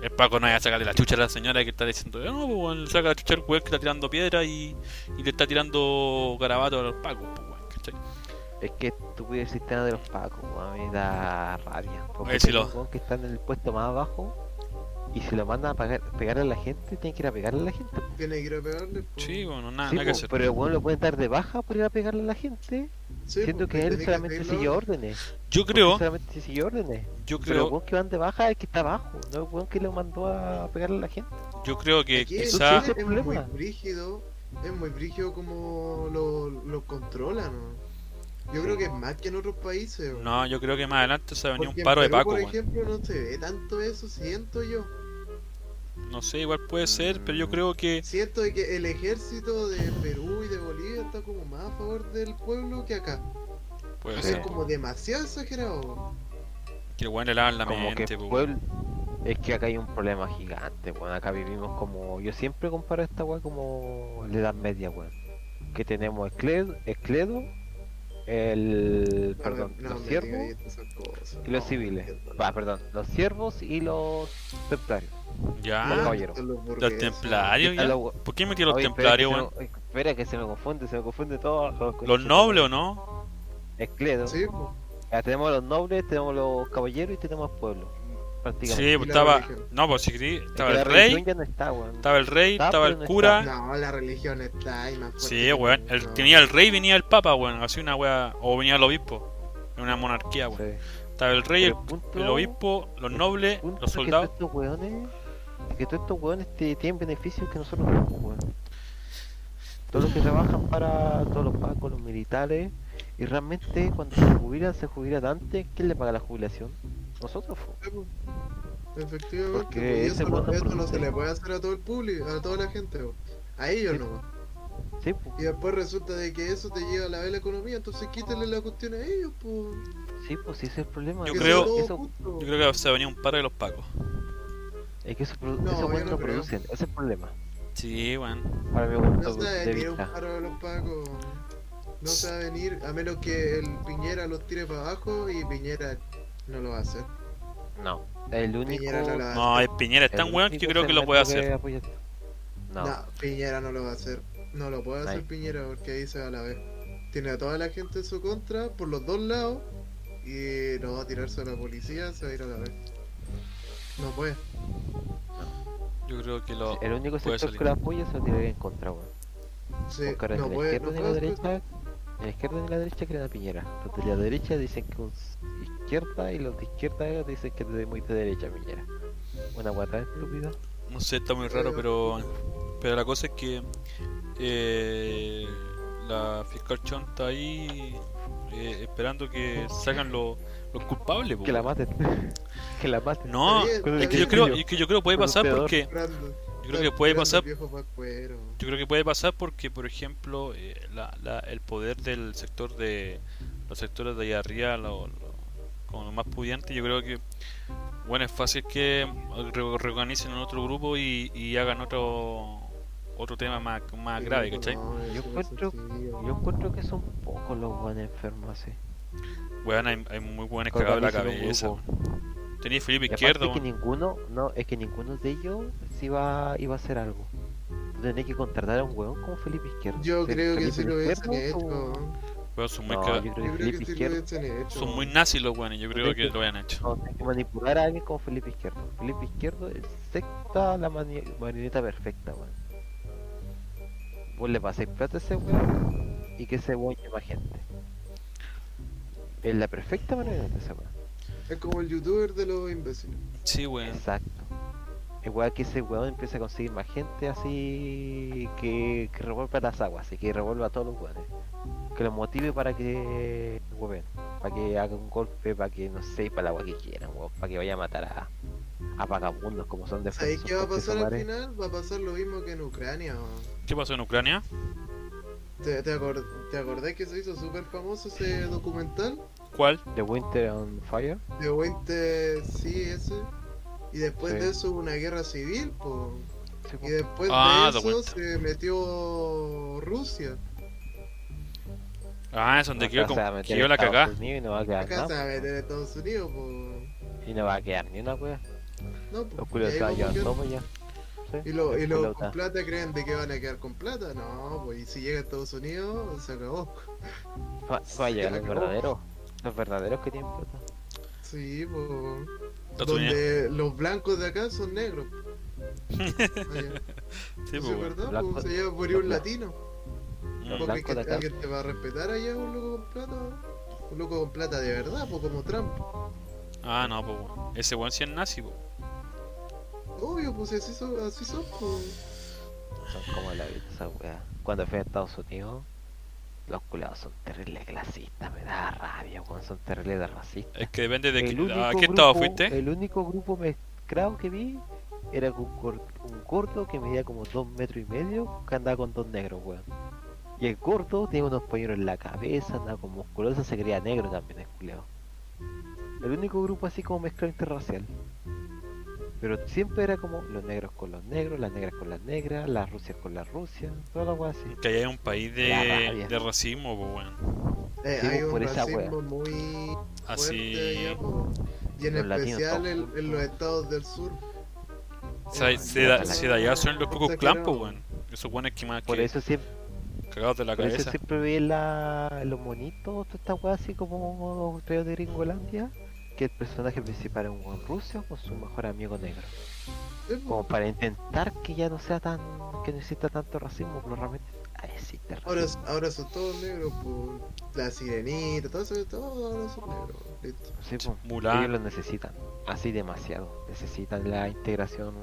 [SPEAKER 1] El Paco no vaya a sacarle la chucha a la señora que está diciendo, no, pues weón, le saca la chucha al weón que está tirando piedra y, y le está tirando garabato a los Pacos, pues weón, ¿cachai?
[SPEAKER 3] Es que estúpido el sistema de los pacos, weón, a mí me da rabia. Porque
[SPEAKER 1] Oye, si
[SPEAKER 3] tengo
[SPEAKER 1] lo-
[SPEAKER 3] un weón que está en el puesto más abajo y si lo mandan a pagar- pegar a la gente, tienen que ir a pegarle a la gente. po.
[SPEAKER 2] Tiene que ir a pegarle. po.
[SPEAKER 1] Sí, bueno, nada,
[SPEAKER 3] Sí,
[SPEAKER 1] nada Ah, que
[SPEAKER 3] po,
[SPEAKER 1] hacer.
[SPEAKER 3] pero el weón lo pueden dar de baja por ir a pegarle a la gente,
[SPEAKER 2] Sí,
[SPEAKER 3] siendo
[SPEAKER 2] po,
[SPEAKER 3] que
[SPEAKER 2] tenés
[SPEAKER 3] él solamente
[SPEAKER 2] seguirlo.
[SPEAKER 3] siguió órdenes.
[SPEAKER 1] Yo
[SPEAKER 3] porque
[SPEAKER 1] creo,
[SPEAKER 3] Solamente siguió órdenes.
[SPEAKER 1] yo
[SPEAKER 3] Pero el
[SPEAKER 1] creo,
[SPEAKER 3] weón que van de baja es el que está abajo, no el weón que lo mandó a pegarle a la gente.
[SPEAKER 1] yo creo que
[SPEAKER 2] Aquí en
[SPEAKER 1] quizá,
[SPEAKER 2] Chile es muy
[SPEAKER 3] problema.
[SPEAKER 2] brígido, es muy brígido como lo, lo controlan. ¿no? Yo creo que es más que en otros países. ¿no?
[SPEAKER 1] no, yo creo que más adelante se va a venir un
[SPEAKER 2] Porque en
[SPEAKER 1] paro de
[SPEAKER 2] Perú,
[SPEAKER 1] Paco,
[SPEAKER 2] Por
[SPEAKER 1] weón.
[SPEAKER 2] ejemplo, no se ve tanto eso, siento yo.
[SPEAKER 1] No sé, igual puede ser, pero yo creo que,
[SPEAKER 2] Siento de que el ejército de Perú y de Bolivia está como más a favor del pueblo que acá.
[SPEAKER 1] puede
[SPEAKER 3] Sí.
[SPEAKER 2] Es
[SPEAKER 1] ser,
[SPEAKER 2] como demasiado exagerado.
[SPEAKER 1] que el weón le lavan la
[SPEAKER 3] como que
[SPEAKER 1] mente, pues, weón.
[SPEAKER 3] pueblo... Es que acá hay un problema gigante, weón. Acá vivimos como. Yo siempre comparo esta weá como la Edad Media, weón. Que tenemos Escledo, Escledo el.
[SPEAKER 2] No,
[SPEAKER 3] perdón,
[SPEAKER 2] no,
[SPEAKER 3] los
[SPEAKER 2] me
[SPEAKER 3] siervos
[SPEAKER 2] digáis esas cosas,
[SPEAKER 3] y los
[SPEAKER 2] no,
[SPEAKER 3] civiles.
[SPEAKER 2] entiendo.
[SPEAKER 3] Va, perdón, los siervos y los templarios. los
[SPEAKER 1] Ya,
[SPEAKER 3] caballeros.
[SPEAKER 2] son los
[SPEAKER 1] Ah, los
[SPEAKER 2] burgueses.
[SPEAKER 1] templarios,
[SPEAKER 3] A
[SPEAKER 1] ya.
[SPEAKER 3] los we-
[SPEAKER 1] ¿Por qué metió los
[SPEAKER 3] Oye, espera
[SPEAKER 1] templarios,
[SPEAKER 3] que se
[SPEAKER 1] weón?
[SPEAKER 3] me- Espera que se me confunde, se me confunde todo.
[SPEAKER 1] ¿Los nobles o no?
[SPEAKER 3] Escledo.
[SPEAKER 2] Sí, pues. po.
[SPEAKER 3] Ya tenemos los nobles, tenemos los caballeros y tenemos pueblo. Prácticamente.
[SPEAKER 1] Sí, pues
[SPEAKER 2] la
[SPEAKER 1] estaba,
[SPEAKER 2] religión.
[SPEAKER 1] no, pues si querí,
[SPEAKER 3] Es
[SPEAKER 1] estaba
[SPEAKER 3] que
[SPEAKER 1] el
[SPEAKER 3] la
[SPEAKER 1] rey,
[SPEAKER 3] religión ya no está, weón.
[SPEAKER 1] estaba el rey,
[SPEAKER 3] Está,
[SPEAKER 1] estaba
[SPEAKER 3] pero
[SPEAKER 1] el
[SPEAKER 3] no
[SPEAKER 1] cura.
[SPEAKER 3] está.
[SPEAKER 2] No, la religión está ahí más fuerte
[SPEAKER 1] Ah. Sí,
[SPEAKER 2] que
[SPEAKER 1] weón.
[SPEAKER 2] nunca,
[SPEAKER 1] El,
[SPEAKER 2] weón.
[SPEAKER 1] tenía el rey, venía el papa, weón. Así una weá. O venía el obispo. En una monarquía,
[SPEAKER 3] Sí.
[SPEAKER 1] weón. Estaba el rey, el,
[SPEAKER 3] Pero punto-
[SPEAKER 1] el obispo, los nobles,
[SPEAKER 3] punto
[SPEAKER 1] los
[SPEAKER 3] es que
[SPEAKER 1] soldados.
[SPEAKER 3] todos estos hueones, es que todos estos hueones te- tienen beneficios que nosotros no, pues, hueón. Todos los que trabajan para todos los pacos, los militares, y realmente cuando se jubilan, se jubilan antes, ¿quién le paga la jubilación? Nosotros, pues. po.
[SPEAKER 2] Sí, po. Efectivamente.
[SPEAKER 3] Porque
[SPEAKER 2] po, y
[SPEAKER 3] ese
[SPEAKER 2] eso,
[SPEAKER 3] weón
[SPEAKER 2] no,
[SPEAKER 3] no
[SPEAKER 2] eso no
[SPEAKER 3] produce.
[SPEAKER 2] se le puede hacer a todo el público, a toda la gente. po. A ellos
[SPEAKER 3] Sí.
[SPEAKER 2] nomás.
[SPEAKER 3] Sí, pues. po.
[SPEAKER 2] Y después resulta de que eso te lleva a la vez la economía, entonces quítale la cuestión a ellos, pues.
[SPEAKER 3] Sí, pues sí, ese es el problema.
[SPEAKER 1] Yo
[SPEAKER 3] que
[SPEAKER 1] creo-
[SPEAKER 3] eso- eso-
[SPEAKER 1] Yo creo que se venía un par de los pacos.
[SPEAKER 3] es que esos produ-
[SPEAKER 2] No,
[SPEAKER 3] esos
[SPEAKER 2] yo
[SPEAKER 3] hueones
[SPEAKER 2] no
[SPEAKER 3] no
[SPEAKER 2] creo.
[SPEAKER 3] producen, ese es el problema.
[SPEAKER 1] Sí, weón.
[SPEAKER 3] Para mi punto
[SPEAKER 2] No se va a
[SPEAKER 3] de
[SPEAKER 2] venir un
[SPEAKER 3] vista.
[SPEAKER 2] paro de los pacos. No se va a venir, a menos que el Piñera los tire para abajo y Piñera no lo va a hacer.
[SPEAKER 3] No, el único.
[SPEAKER 2] Piñera no lo va a
[SPEAKER 1] No,
[SPEAKER 2] hacer.
[SPEAKER 1] es Piñera, es tan
[SPEAKER 3] Ah, el
[SPEAKER 1] weón que yo
[SPEAKER 3] único
[SPEAKER 1] creo que lo
[SPEAKER 3] segmento
[SPEAKER 1] puede hacer.
[SPEAKER 3] apoya- No,
[SPEAKER 2] No, Piñera no lo va a hacer. No lo puede hacer
[SPEAKER 3] Ahí.
[SPEAKER 2] Piñera porque ahí se va a la vez. tiene a toda la gente en su contra, por los dos lados, y no va a tirarse a la policía, se va a ir a la vez. No puede.
[SPEAKER 1] Yo creo que lo.
[SPEAKER 3] El único
[SPEAKER 1] puede
[SPEAKER 3] sector
[SPEAKER 1] salir.
[SPEAKER 3] que lo apoya se lo tiene que encontrar, weón.
[SPEAKER 2] Sí,
[SPEAKER 3] Porque ahora
[SPEAKER 2] no
[SPEAKER 3] ni la
[SPEAKER 2] puede,
[SPEAKER 3] izquierda
[SPEAKER 2] no
[SPEAKER 3] ni la
[SPEAKER 2] puede.
[SPEAKER 3] derecha. Ni la izquierda ni la derecha creen a Piñera. Los de la derecha dicen que es izquierda y los de izquierda dicen que es de muy de derecha Piñera. Una guata estúpida.
[SPEAKER 1] No sé, está muy raro, pero. Pero la cosa es que. eh, la fiscal Chon está ahí. eh, esperando que salgan los, los culpables, po,
[SPEAKER 3] Que la
[SPEAKER 1] weón.
[SPEAKER 3] maten. que la maten.
[SPEAKER 1] Uh. No,
[SPEAKER 2] Está bien,
[SPEAKER 1] es que
[SPEAKER 2] está
[SPEAKER 1] yo
[SPEAKER 2] bien.
[SPEAKER 1] creo, es que yo creo que puede pasar
[SPEAKER 3] Golpeador.
[SPEAKER 1] porque.
[SPEAKER 2] Brando,
[SPEAKER 1] Yo creo que
[SPEAKER 2] está
[SPEAKER 1] puede
[SPEAKER 2] tirando
[SPEAKER 1] pasar
[SPEAKER 2] viejo pascuero.
[SPEAKER 1] Yo creo que puede pasar porque, por ejemplo, eh, la, la- el poder del sector de los sectores de allá arriba, lo- lo- como los más pudientes, yo creo que bueno, es fácil que re- reorganicen en otro grupo y, y hagan otro otro tema más, más
[SPEAKER 2] Sí,
[SPEAKER 1] Ah, grave,
[SPEAKER 2] no,
[SPEAKER 1] ¿cachai?
[SPEAKER 2] no, eso
[SPEAKER 3] Yo
[SPEAKER 2] es
[SPEAKER 3] encuentro-
[SPEAKER 2] sencillo.
[SPEAKER 3] Yo encuentro que son pocos los guanes enfermos así.
[SPEAKER 1] Bueno, hay, hay muy buenos cagados de la
[SPEAKER 3] Organizan un
[SPEAKER 1] cabeza.
[SPEAKER 3] grupo.
[SPEAKER 1] Tenía Felipe
[SPEAKER 3] Y aparte
[SPEAKER 1] Izquierdo,
[SPEAKER 3] que
[SPEAKER 1] bueno.
[SPEAKER 3] ninguno, no, es que ninguno de ellos sí iba, iba a hacer algo. Tenés que contratar a un huevón como Felipe Izquierdo.
[SPEAKER 2] Yo
[SPEAKER 3] Fe-
[SPEAKER 2] creo que
[SPEAKER 3] Felipe
[SPEAKER 2] sí lo hubiesen
[SPEAKER 3] Izquierdo,
[SPEAKER 2] hecho.
[SPEAKER 3] o-
[SPEAKER 1] Bueno, son muy
[SPEAKER 3] No,
[SPEAKER 1] cagados.
[SPEAKER 3] yo creo
[SPEAKER 2] Yo creo
[SPEAKER 3] que
[SPEAKER 2] que
[SPEAKER 3] Felipe
[SPEAKER 2] sí lo
[SPEAKER 3] Izquierdo.
[SPEAKER 2] hubiesen hecho.
[SPEAKER 1] Son muy nazis los buenos, yo creo que lo hayan hecho.
[SPEAKER 3] No, hay que manipular a alguien como Felipe Izquierdo. Felipe Izquierdo es secta la mani- marioneta perfecta, weón. Vos le pasáis plata a ese weón y que ese weón lleva gente. Es la perfecta marioneta ese weón.
[SPEAKER 2] Es como el youtuber de los imbéciles.
[SPEAKER 1] Sí, bueno.
[SPEAKER 3] Exacto. Igual que ese weón empieza a conseguir más gente así que, que revuelva las aguas y que revuelva a todos los weones. Que los motive para que hueven, para que haga un golpe, para que no sé, para el agua que quieran, weón, para que vaya a matar a, a vagabundos como son de
[SPEAKER 2] ¿Sabéis qué va a pasar al final? Va a pasar lo mismo que en Ucrania. weón.
[SPEAKER 1] ¿Qué pasó en Ucrania?
[SPEAKER 2] ¿Te, te, acor- te acordás que se hizo súper famoso ese documental?
[SPEAKER 1] ¿Cuál?
[SPEAKER 3] The Winter on Fire.
[SPEAKER 2] De Winter, sí, ese. Y después
[SPEAKER 3] Sí.
[SPEAKER 2] de eso hubo una guerra civil, po.
[SPEAKER 3] Sí, po.
[SPEAKER 2] Y después
[SPEAKER 1] Ah, The
[SPEAKER 2] de eso
[SPEAKER 1] Winter.
[SPEAKER 2] se metió Rusia.
[SPEAKER 1] Ah, es donde
[SPEAKER 3] Acá
[SPEAKER 1] quedó
[SPEAKER 3] se
[SPEAKER 1] con-
[SPEAKER 3] va a meter
[SPEAKER 1] quedó la
[SPEAKER 3] Estados
[SPEAKER 1] cagada.
[SPEAKER 3] Unidos Y no va a quedar
[SPEAKER 2] Acá se va a
[SPEAKER 3] nada,
[SPEAKER 2] meter Estados Unidos, po.
[SPEAKER 3] po. y no va a quedar ni una wea.
[SPEAKER 2] No, po.
[SPEAKER 3] Los culos
[SPEAKER 2] Y ahí
[SPEAKER 3] se van a
[SPEAKER 2] vamos
[SPEAKER 3] llevar
[SPEAKER 2] viendo.
[SPEAKER 3] todo pa' allá. Sí,
[SPEAKER 2] Y los y
[SPEAKER 3] los
[SPEAKER 2] los
[SPEAKER 3] culos
[SPEAKER 2] con
[SPEAKER 3] acá.
[SPEAKER 2] plata creen de que van a quedar con plata. No, pues y si llega a Estados Unidos, se acabó.
[SPEAKER 3] Va, va a
[SPEAKER 2] Se
[SPEAKER 3] llegar los
[SPEAKER 2] acabó.
[SPEAKER 3] verdaderos. Los verdaderos que tienen plata.
[SPEAKER 2] Sí, pues.
[SPEAKER 1] Estados Unidos.
[SPEAKER 2] Donde los blancos de acá son negros. Vaya.
[SPEAKER 1] Sí,
[SPEAKER 2] Eso
[SPEAKER 1] pues,
[SPEAKER 2] es
[SPEAKER 1] bueno.
[SPEAKER 2] verdad,
[SPEAKER 3] Blanco-
[SPEAKER 2] pues, se lleva por ir un
[SPEAKER 3] blanco.
[SPEAKER 2] latino.
[SPEAKER 1] Mm.
[SPEAKER 3] Los
[SPEAKER 2] Porque
[SPEAKER 3] blancos
[SPEAKER 2] que-
[SPEAKER 3] de acá.
[SPEAKER 2] alguien te va a respetar allá un loco con plata. Un loco con plata de verdad, pues como Trump.
[SPEAKER 1] Ah, no, pues bueno. Ese weón sí es nazi, pues.
[SPEAKER 2] Obvio, pues así son, así son pues.
[SPEAKER 3] Son como la vida esa weá. Cuando fui a Estados Unidos, los culados son terribles clasistas, me da rabia, weón, son terribles de racistas.
[SPEAKER 1] Es que depende de
[SPEAKER 3] El
[SPEAKER 1] que,
[SPEAKER 3] único
[SPEAKER 1] a qué estado
[SPEAKER 3] grupo-
[SPEAKER 1] fuiste.
[SPEAKER 3] El único grupo mezclado que vi era un, gor- un gordo que medía como dos metros y medio, que andaba con dos negros, weón. Y el gordo tenía unos pañuelos en la cabeza, andaba con musculosa, se creía negro también, el culiao. El único grupo así como mezclado interracial. Pero siempre era como los negros con los negros, las negras con las negras, las rusias con las rusias, toda la weá así.
[SPEAKER 1] Que allá es un país
[SPEAKER 3] La
[SPEAKER 1] de,
[SPEAKER 3] rabia.
[SPEAKER 1] de racismo, pues bueno.
[SPEAKER 2] Eh,
[SPEAKER 3] Sí,
[SPEAKER 2] hay
[SPEAKER 3] pues,
[SPEAKER 2] un
[SPEAKER 3] por esa
[SPEAKER 2] racismo muy
[SPEAKER 1] Así.
[SPEAKER 2] fuerte allá, pues. Y en
[SPEAKER 3] Los latinos
[SPEAKER 2] especial
[SPEAKER 3] todos
[SPEAKER 2] en,
[SPEAKER 3] juntos.
[SPEAKER 2] en los estados del sur.
[SPEAKER 1] O sea,
[SPEAKER 2] Eh,
[SPEAKER 1] se, da,
[SPEAKER 3] la-
[SPEAKER 1] se da ya son los
[SPEAKER 2] Puta
[SPEAKER 1] cocos
[SPEAKER 2] que
[SPEAKER 1] clan,
[SPEAKER 2] no.
[SPEAKER 1] pues bueno. Esos weones que más
[SPEAKER 3] Por
[SPEAKER 1] que
[SPEAKER 3] eso siempre
[SPEAKER 1] cagados de la
[SPEAKER 3] Por eso
[SPEAKER 1] cabeza.
[SPEAKER 3] siempre ve la, los monitos, toda esta weá así como los traídos de Gringolandia, que el personaje principal es un buen ruso con su mejor amigo negro.
[SPEAKER 2] Sí, pues.
[SPEAKER 3] Como para intentar que ya no sea tan. que no exista tanto racismo, pero realmente. Ah, existe
[SPEAKER 2] Ahora,
[SPEAKER 3] racismo.
[SPEAKER 2] ahora son todos negros, pues. La sirenita, todo eso, todo ahora son negros. Listo.
[SPEAKER 3] Sí, po.
[SPEAKER 1] Mulan.
[SPEAKER 3] pues, Ellos lo necesitan, así demasiado. Necesitan la integración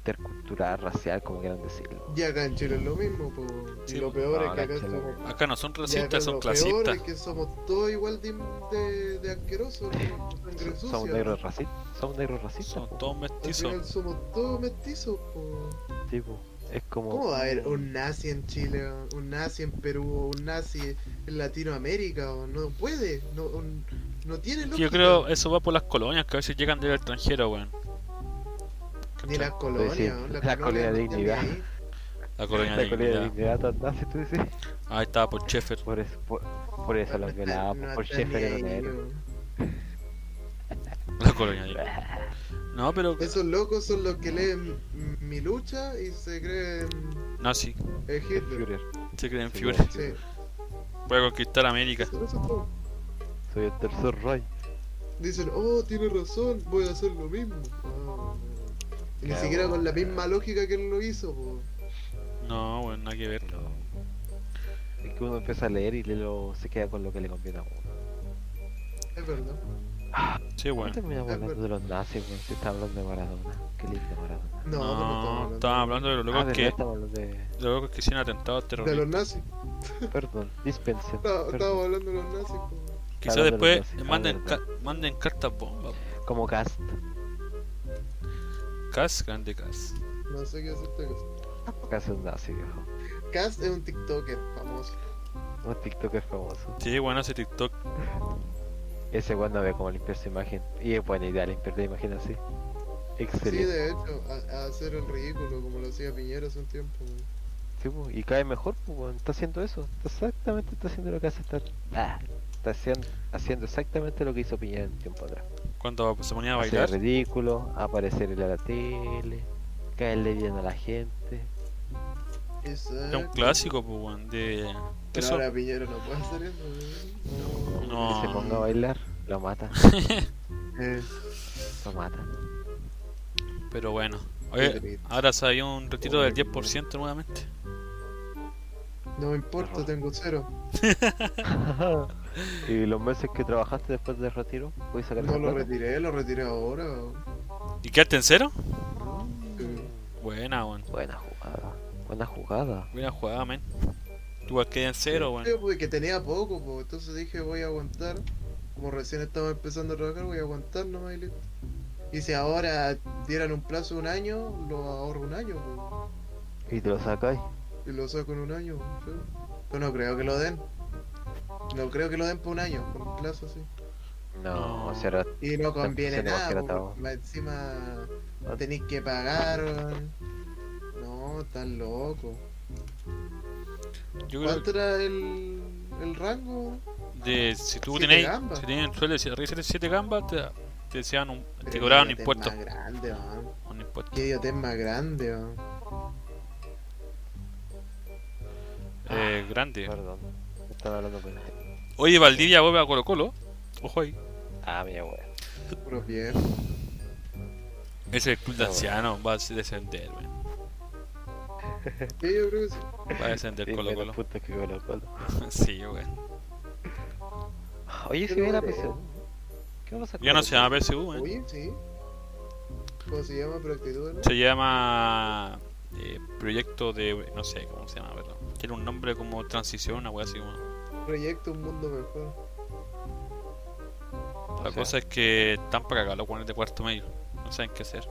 [SPEAKER 3] intercultural, racial, como quieran decirlo.
[SPEAKER 2] Y acá en Chile es lo mismo, pues.
[SPEAKER 1] Sí,
[SPEAKER 2] y lo peor
[SPEAKER 3] no,
[SPEAKER 2] es que
[SPEAKER 3] acá
[SPEAKER 2] acá
[SPEAKER 3] en Chile-
[SPEAKER 2] somos
[SPEAKER 1] Acá no son
[SPEAKER 2] Y acá
[SPEAKER 1] racistas, son
[SPEAKER 2] lo peor
[SPEAKER 1] clasistas.
[SPEAKER 2] es que somos todos igual de, de, de asquerosos, como sangre
[SPEAKER 3] Son-
[SPEAKER 2] sucia.
[SPEAKER 3] Son negros racistas. Son negros racistas. pues,
[SPEAKER 1] Son
[SPEAKER 3] po.
[SPEAKER 1] todos
[SPEAKER 2] pues. Al final
[SPEAKER 1] mestizos.
[SPEAKER 2] somos todos mestizos. pues. po.
[SPEAKER 3] Sí, po. Es como.
[SPEAKER 2] ¿Cómo va a haber
[SPEAKER 1] Mm.
[SPEAKER 2] un nazi en Chile, un nazi en Perú, un nazi en Latinoamérica? o No puede, no, un- no tiene lógica.
[SPEAKER 1] Yo creo eso va por las colonias que a veces llegan del extranjero, weón.
[SPEAKER 2] Ni las colonias.
[SPEAKER 3] Decir,
[SPEAKER 2] las
[SPEAKER 3] la colonia
[SPEAKER 2] colonias
[SPEAKER 3] de
[SPEAKER 2] no
[SPEAKER 3] dignidad.
[SPEAKER 2] tienen ahí.
[SPEAKER 1] La colonia
[SPEAKER 3] La
[SPEAKER 1] de
[SPEAKER 3] colonia de
[SPEAKER 1] dignidad.
[SPEAKER 3] dignidad, tan nazi, tú dices.
[SPEAKER 1] Ahí estaba por Sheffer.
[SPEAKER 3] Por eso, por, por eso
[SPEAKER 2] No
[SPEAKER 3] los
[SPEAKER 2] está-
[SPEAKER 3] violaba,
[SPEAKER 2] no
[SPEAKER 3] por
[SPEAKER 2] está
[SPEAKER 3] Sheffer
[SPEAKER 2] ni
[SPEAKER 3] era
[SPEAKER 2] ahí,
[SPEAKER 3] negro.
[SPEAKER 2] weón.
[SPEAKER 1] La colonia de dignidad. No, pero.
[SPEAKER 2] Esos locos son los que leen mi lucha y se creen
[SPEAKER 1] Nazi.
[SPEAKER 2] eh,
[SPEAKER 3] El
[SPEAKER 2] Hitler.
[SPEAKER 3] Führer.
[SPEAKER 1] Se creen
[SPEAKER 3] Sí,
[SPEAKER 1] Führer.
[SPEAKER 2] Sí.
[SPEAKER 1] Voy a conquistar América.
[SPEAKER 2] Eso- eso fue.
[SPEAKER 3] Soy el tercer rey.
[SPEAKER 2] Dicen, oh, tiene razón, voy a hacer lo mismo. Ah, y ni
[SPEAKER 3] Qué
[SPEAKER 2] siquiera con la
[SPEAKER 3] buena.
[SPEAKER 2] misma lógica que él lo hizo. po.
[SPEAKER 1] No, bueno, nada que ver.
[SPEAKER 3] No. Es que uno empieza a leer y le lo- se queda con lo que le conviene a uno.
[SPEAKER 2] Es verdad.
[SPEAKER 1] Sí,
[SPEAKER 3] ¿Por qué
[SPEAKER 1] bueno.
[SPEAKER 3] terminamos
[SPEAKER 2] Es
[SPEAKER 3] hablando de los nazis, weón? Si está hablando de Maradona. Qué lindo Maradona.
[SPEAKER 2] No,
[SPEAKER 1] No,
[SPEAKER 2] pero
[SPEAKER 1] estaba hablando de los
[SPEAKER 3] Ah,
[SPEAKER 1] locos
[SPEAKER 3] verdad,
[SPEAKER 1] que,
[SPEAKER 3] estamos hablando de...
[SPEAKER 1] los locos que hicieron atentados
[SPEAKER 2] De los
[SPEAKER 1] terroristas.
[SPEAKER 2] nazis.
[SPEAKER 3] Perdón, dispensen.
[SPEAKER 2] Está- Estábamos
[SPEAKER 3] perdón.
[SPEAKER 2] hablando de los nazis. po.
[SPEAKER 1] Quizás
[SPEAKER 3] hablando Ah, de los
[SPEAKER 1] después
[SPEAKER 3] nazis,
[SPEAKER 1] manden,
[SPEAKER 3] habla de
[SPEAKER 1] ca- manden cartas bomba.
[SPEAKER 3] Como cast.
[SPEAKER 1] Cas, grande Cas.
[SPEAKER 2] No sé qué es esto. que-
[SPEAKER 3] Cast es un nazi, viejo.
[SPEAKER 2] Cast es un TikToker famoso.
[SPEAKER 3] Un TikTok es famoso.
[SPEAKER 1] Sí, bueno, ese TikTok.
[SPEAKER 3] Ese weón no ve cómo limpiar su imagen. Y es buena idea limpiar la imagen así.
[SPEAKER 2] Sí,
[SPEAKER 3] Excelente.
[SPEAKER 2] de hecho, a, a hacer el ridículo como lo hacía Piñera hace un tiempo. weón.
[SPEAKER 3] Sí, po, y cae mejor, po, weón. Está haciendo eso. Está Exactamente está haciendo lo que hace estar. Ah, está haciendo, haciendo exactamente lo que hizo Piñera un tiempo atrás.
[SPEAKER 1] Cuando se ponía a
[SPEAKER 3] Hacer
[SPEAKER 1] bailar.
[SPEAKER 3] ridículo, aparecer en la tele, caerle bien a la gente.
[SPEAKER 1] Es un clásico, pues, weón. De...
[SPEAKER 2] Pero
[SPEAKER 1] Eso.
[SPEAKER 2] ahora Piñera no puede hacer eso. weón.
[SPEAKER 1] No.
[SPEAKER 3] Que se ponga a bailar, lo mata,
[SPEAKER 2] Eh,
[SPEAKER 3] lo mata.
[SPEAKER 1] Pero bueno.
[SPEAKER 2] Qué
[SPEAKER 1] Oye,
[SPEAKER 2] triste.
[SPEAKER 1] ahora salió un retiro del 10% nuevamente.
[SPEAKER 2] no me importa,
[SPEAKER 3] Ajá.
[SPEAKER 2] tengo cero.
[SPEAKER 3] y los meses que trabajaste después del retiro, puedes sacar
[SPEAKER 2] No
[SPEAKER 3] esa
[SPEAKER 2] lo
[SPEAKER 3] plata?
[SPEAKER 2] retiré, lo retiré ahora. weón.
[SPEAKER 1] ¿Y quedaste en cero?
[SPEAKER 2] Sí.
[SPEAKER 1] Buena, weón.
[SPEAKER 3] Buena jugada, buena jugada.
[SPEAKER 1] Buena jugada, men. Tú igual quedé en cero, weón.
[SPEAKER 2] Yo, porque tenía poco, pues, entonces dije voy a aguantar. Como recién estaba empezando a trabajar, voy a aguantar nomás y listo. Y si ahora dieran un plazo de un año, lo ahorro un año, po,
[SPEAKER 3] Y te lo sacáis.
[SPEAKER 2] y lo saco en un año. po, sí. Yo no creo que lo den. No creo que lo den por un año, por un plazo así.
[SPEAKER 3] No,
[SPEAKER 1] No.
[SPEAKER 3] o sea, era-
[SPEAKER 2] Y no conviene
[SPEAKER 3] se negocia
[SPEAKER 2] nada,
[SPEAKER 3] la
[SPEAKER 2] po,
[SPEAKER 3] tabla.
[SPEAKER 2] porque más encima tenéis que pagar. weón. No, tan loco.
[SPEAKER 1] Yo creo
[SPEAKER 2] ¿Cuánto era el, el rango?
[SPEAKER 1] de si tú
[SPEAKER 2] Siete
[SPEAKER 1] tenéis,
[SPEAKER 2] gambas.
[SPEAKER 1] si tenías el sueldo de 7, gambas, te, te, decían un, te
[SPEAKER 2] Pero
[SPEAKER 1] cobraban
[SPEAKER 2] qué idiotez
[SPEAKER 1] impuestos.
[SPEAKER 2] Más grande, weón.
[SPEAKER 1] Un impuesto.
[SPEAKER 2] Qué idiotez más grande, weón.
[SPEAKER 1] Eh,
[SPEAKER 2] Ah.
[SPEAKER 1] grande.
[SPEAKER 3] Perdón, me están hablando con
[SPEAKER 1] Oye, Valdivia vuelve a Colo Colo. Ojo ahí.
[SPEAKER 3] Ah, mira, weón.
[SPEAKER 2] Puro viejo.
[SPEAKER 1] Ese es el club de
[SPEAKER 3] Ah, bueno.
[SPEAKER 1] ancianos. Va a descender, weón.
[SPEAKER 2] Sí, yo creo que sí.
[SPEAKER 1] Va a descender
[SPEAKER 3] Sí,
[SPEAKER 1] Colo
[SPEAKER 3] menos
[SPEAKER 1] Colo.
[SPEAKER 3] puntos que Colo Colo.
[SPEAKER 1] Sí, weón.
[SPEAKER 3] Oye, si
[SPEAKER 2] Pero
[SPEAKER 3] viene
[SPEAKER 2] bueno.
[SPEAKER 3] la presión. ¿Qué vamos a sacar?
[SPEAKER 1] Ya no se llama PSU, weón.
[SPEAKER 2] Oye, sí. ¿Cómo se llama? Pero actitud, ¿no?
[SPEAKER 1] Se llama. eh, proyecto de. No sé cómo se llama, perdón. Tiene un nombre como transición, una weá así, weón.
[SPEAKER 2] Proyecto Un Mundo Mejor.
[SPEAKER 1] La cosa es que están para cagar los weones de cuarto medio. No saben qué hacer.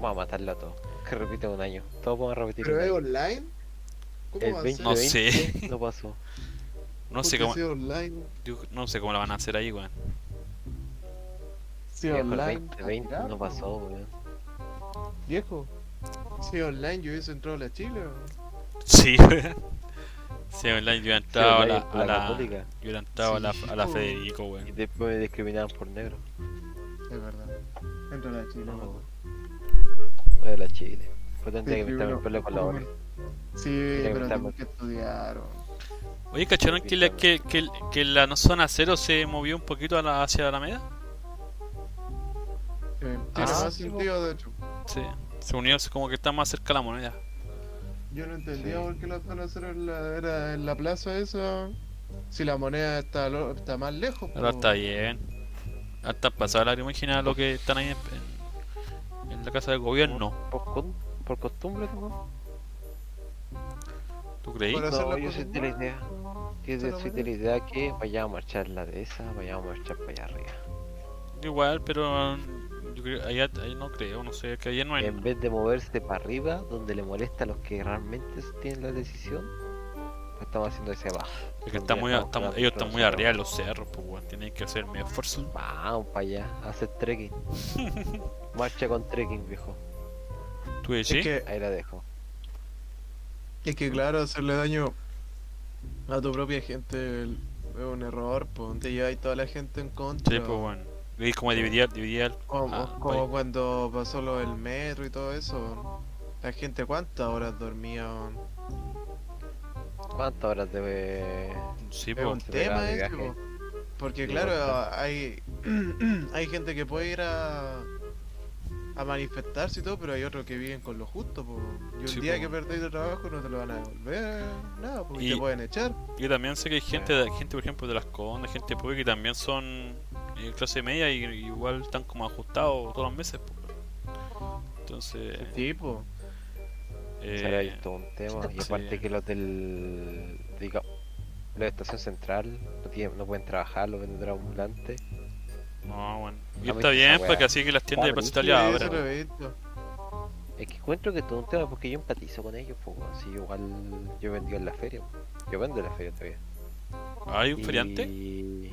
[SPEAKER 3] Vamos a matarlo a todos. Que repite un año. Todos podemos repetir
[SPEAKER 2] ¿Pero
[SPEAKER 3] un
[SPEAKER 2] es
[SPEAKER 3] año.
[SPEAKER 2] online? ¿Cómo
[SPEAKER 3] El
[SPEAKER 2] va a
[SPEAKER 3] 20
[SPEAKER 2] ser?
[SPEAKER 1] No
[SPEAKER 3] de
[SPEAKER 1] sé.
[SPEAKER 3] 20 no pasó.
[SPEAKER 1] No sé
[SPEAKER 2] Puta,
[SPEAKER 1] cómo.
[SPEAKER 2] Si es online.
[SPEAKER 1] yo no sé cómo la van a hacer ahí, weón.
[SPEAKER 2] Si es
[SPEAKER 3] Viejo, el
[SPEAKER 2] online. Ah,
[SPEAKER 3] 20 de 20 no pasó, weón.
[SPEAKER 2] Viejo. Si es online, yo hubiese entrado a la Chile, weón.
[SPEAKER 1] Sí, weón. Sí, verdad, yo hubiera
[SPEAKER 3] Sí,
[SPEAKER 1] entrado a la,
[SPEAKER 3] la-
[SPEAKER 1] a
[SPEAKER 3] la
[SPEAKER 1] la, yo
[SPEAKER 3] católica.
[SPEAKER 1] hubiera entrado a la, a la
[SPEAKER 2] Sí.
[SPEAKER 1] Federico,
[SPEAKER 3] Y
[SPEAKER 1] weón.
[SPEAKER 3] después me discriminaban por negro.
[SPEAKER 2] Es verdad. Entra a la Chile,
[SPEAKER 3] No,
[SPEAKER 2] weón.
[SPEAKER 3] weón. Voy a la chile. Pues tendría que pintarme el pelo con la hora.
[SPEAKER 2] Sí,
[SPEAKER 3] que
[SPEAKER 2] pero
[SPEAKER 3] pintarme.
[SPEAKER 2] tengo que estudiar, weón.
[SPEAKER 1] Oye, ¿cacharon que la, que, que, que la no- zona cero se movió un poquito a la- hacia Alameda?
[SPEAKER 2] Eh, Tiene
[SPEAKER 3] Ah,
[SPEAKER 2] más
[SPEAKER 3] sí,
[SPEAKER 2] sentido, de hecho.
[SPEAKER 1] Sí, se unió, es como que está más cerca a la moneda.
[SPEAKER 2] Yo no entendía
[SPEAKER 3] Sí.
[SPEAKER 2] por qué la zona cero en la- era en la plaza esa. Si la moneda está, lo- está más lejos.
[SPEAKER 1] Ahora
[SPEAKER 2] po.
[SPEAKER 3] Oh.
[SPEAKER 1] está bien. Hasta pasada la lagrimógena lo que están ahí en, en- en la casa del gobierno.
[SPEAKER 3] Por, con- por costumbre, ¿no?
[SPEAKER 1] ¿Tú creí?
[SPEAKER 2] Para hacer
[SPEAKER 3] No,
[SPEAKER 2] las
[SPEAKER 3] yo
[SPEAKER 2] cosas
[SPEAKER 3] soy de la
[SPEAKER 2] mal.
[SPEAKER 3] idea. Yo
[SPEAKER 2] Pero
[SPEAKER 3] soy de la idea que vayamos a marchar la de esa, vayamos a marchar para allá arriba.
[SPEAKER 1] Igual, pero mm, yo creo, allá, ahí no creo, no sé, que allá no hay...
[SPEAKER 3] En vez de moverse para arriba, donde le molesta a los que realmente tienen la decisión, lo estamos haciendo hacia abajo.
[SPEAKER 1] es que está muy,
[SPEAKER 3] estamos
[SPEAKER 1] está-
[SPEAKER 3] hablando
[SPEAKER 1] ellos
[SPEAKER 3] de
[SPEAKER 1] están muy
[SPEAKER 3] nosotros.
[SPEAKER 1] arriba de los cerros, pues weón, tienen que hacer medio esfuerzo.
[SPEAKER 3] Vamos para allá, a hacer trekking. Marcha con trekking, viejo.
[SPEAKER 1] ¿Tú
[SPEAKER 2] Es,
[SPEAKER 1] decís?
[SPEAKER 2] que,
[SPEAKER 3] Ahí la dejo.
[SPEAKER 2] es que, claro, hacerle daño a tu propia gente el- es un error, po. te lleváis toda la gente en contra.
[SPEAKER 1] Sí, pues bueno. Y como dividía, dividía el-
[SPEAKER 2] Como,
[SPEAKER 1] Ah,
[SPEAKER 2] como
[SPEAKER 1] oye.
[SPEAKER 2] cuando pasó lo del metro y todo eso. La gente, ¿cuántas horas dormía? weón?
[SPEAKER 3] ¿Cuántas horas de.?
[SPEAKER 1] Sí, pues.
[SPEAKER 2] Es
[SPEAKER 1] po.
[SPEAKER 2] un tema
[SPEAKER 3] de
[SPEAKER 2] ese,
[SPEAKER 3] viaje.
[SPEAKER 2] po. Porque
[SPEAKER 3] Sí,
[SPEAKER 2] claro,
[SPEAKER 3] bastante.
[SPEAKER 2] hay hay gente que puede ir a a manifestarse y todo, pero hay otros que viven con lo justo, po. Y un
[SPEAKER 1] Sí,
[SPEAKER 2] día
[SPEAKER 1] po.
[SPEAKER 2] que perdéis tu trabajo no te lo van a devolver, nada, porque
[SPEAKER 1] Y-
[SPEAKER 2] te pueden echar.
[SPEAKER 1] Y también sé que hay gente, de- gente por ejemplo, de las condes, gente pobre que también son eh, clase media y y igual están como ajustados todos los meses. po. Entonces,
[SPEAKER 2] Sí, po.
[SPEAKER 1] eh,
[SPEAKER 3] Será ahí todo un tema.
[SPEAKER 1] sí.
[SPEAKER 3] Y aparte que los del. Diga, los de estación central no, tienen- no pueden trabajar, los vendedores ambulantes.
[SPEAKER 1] no, bueno. Y está
[SPEAKER 3] Ah, viste,
[SPEAKER 1] bien,
[SPEAKER 3] esa
[SPEAKER 1] para que
[SPEAKER 3] wea.
[SPEAKER 1] así que las tiendas de Plaza
[SPEAKER 3] Está
[SPEAKER 1] Italia
[SPEAKER 2] Sí, eso
[SPEAKER 1] abran.
[SPEAKER 2] lo he visto.
[SPEAKER 3] Es que encuentro que es todo un tema porque yo empatizo con ellos, pues si yo igual yo vendí en la feria. Yo vendo en la feria todavía.
[SPEAKER 1] ¿Hay un feriante?
[SPEAKER 3] Y...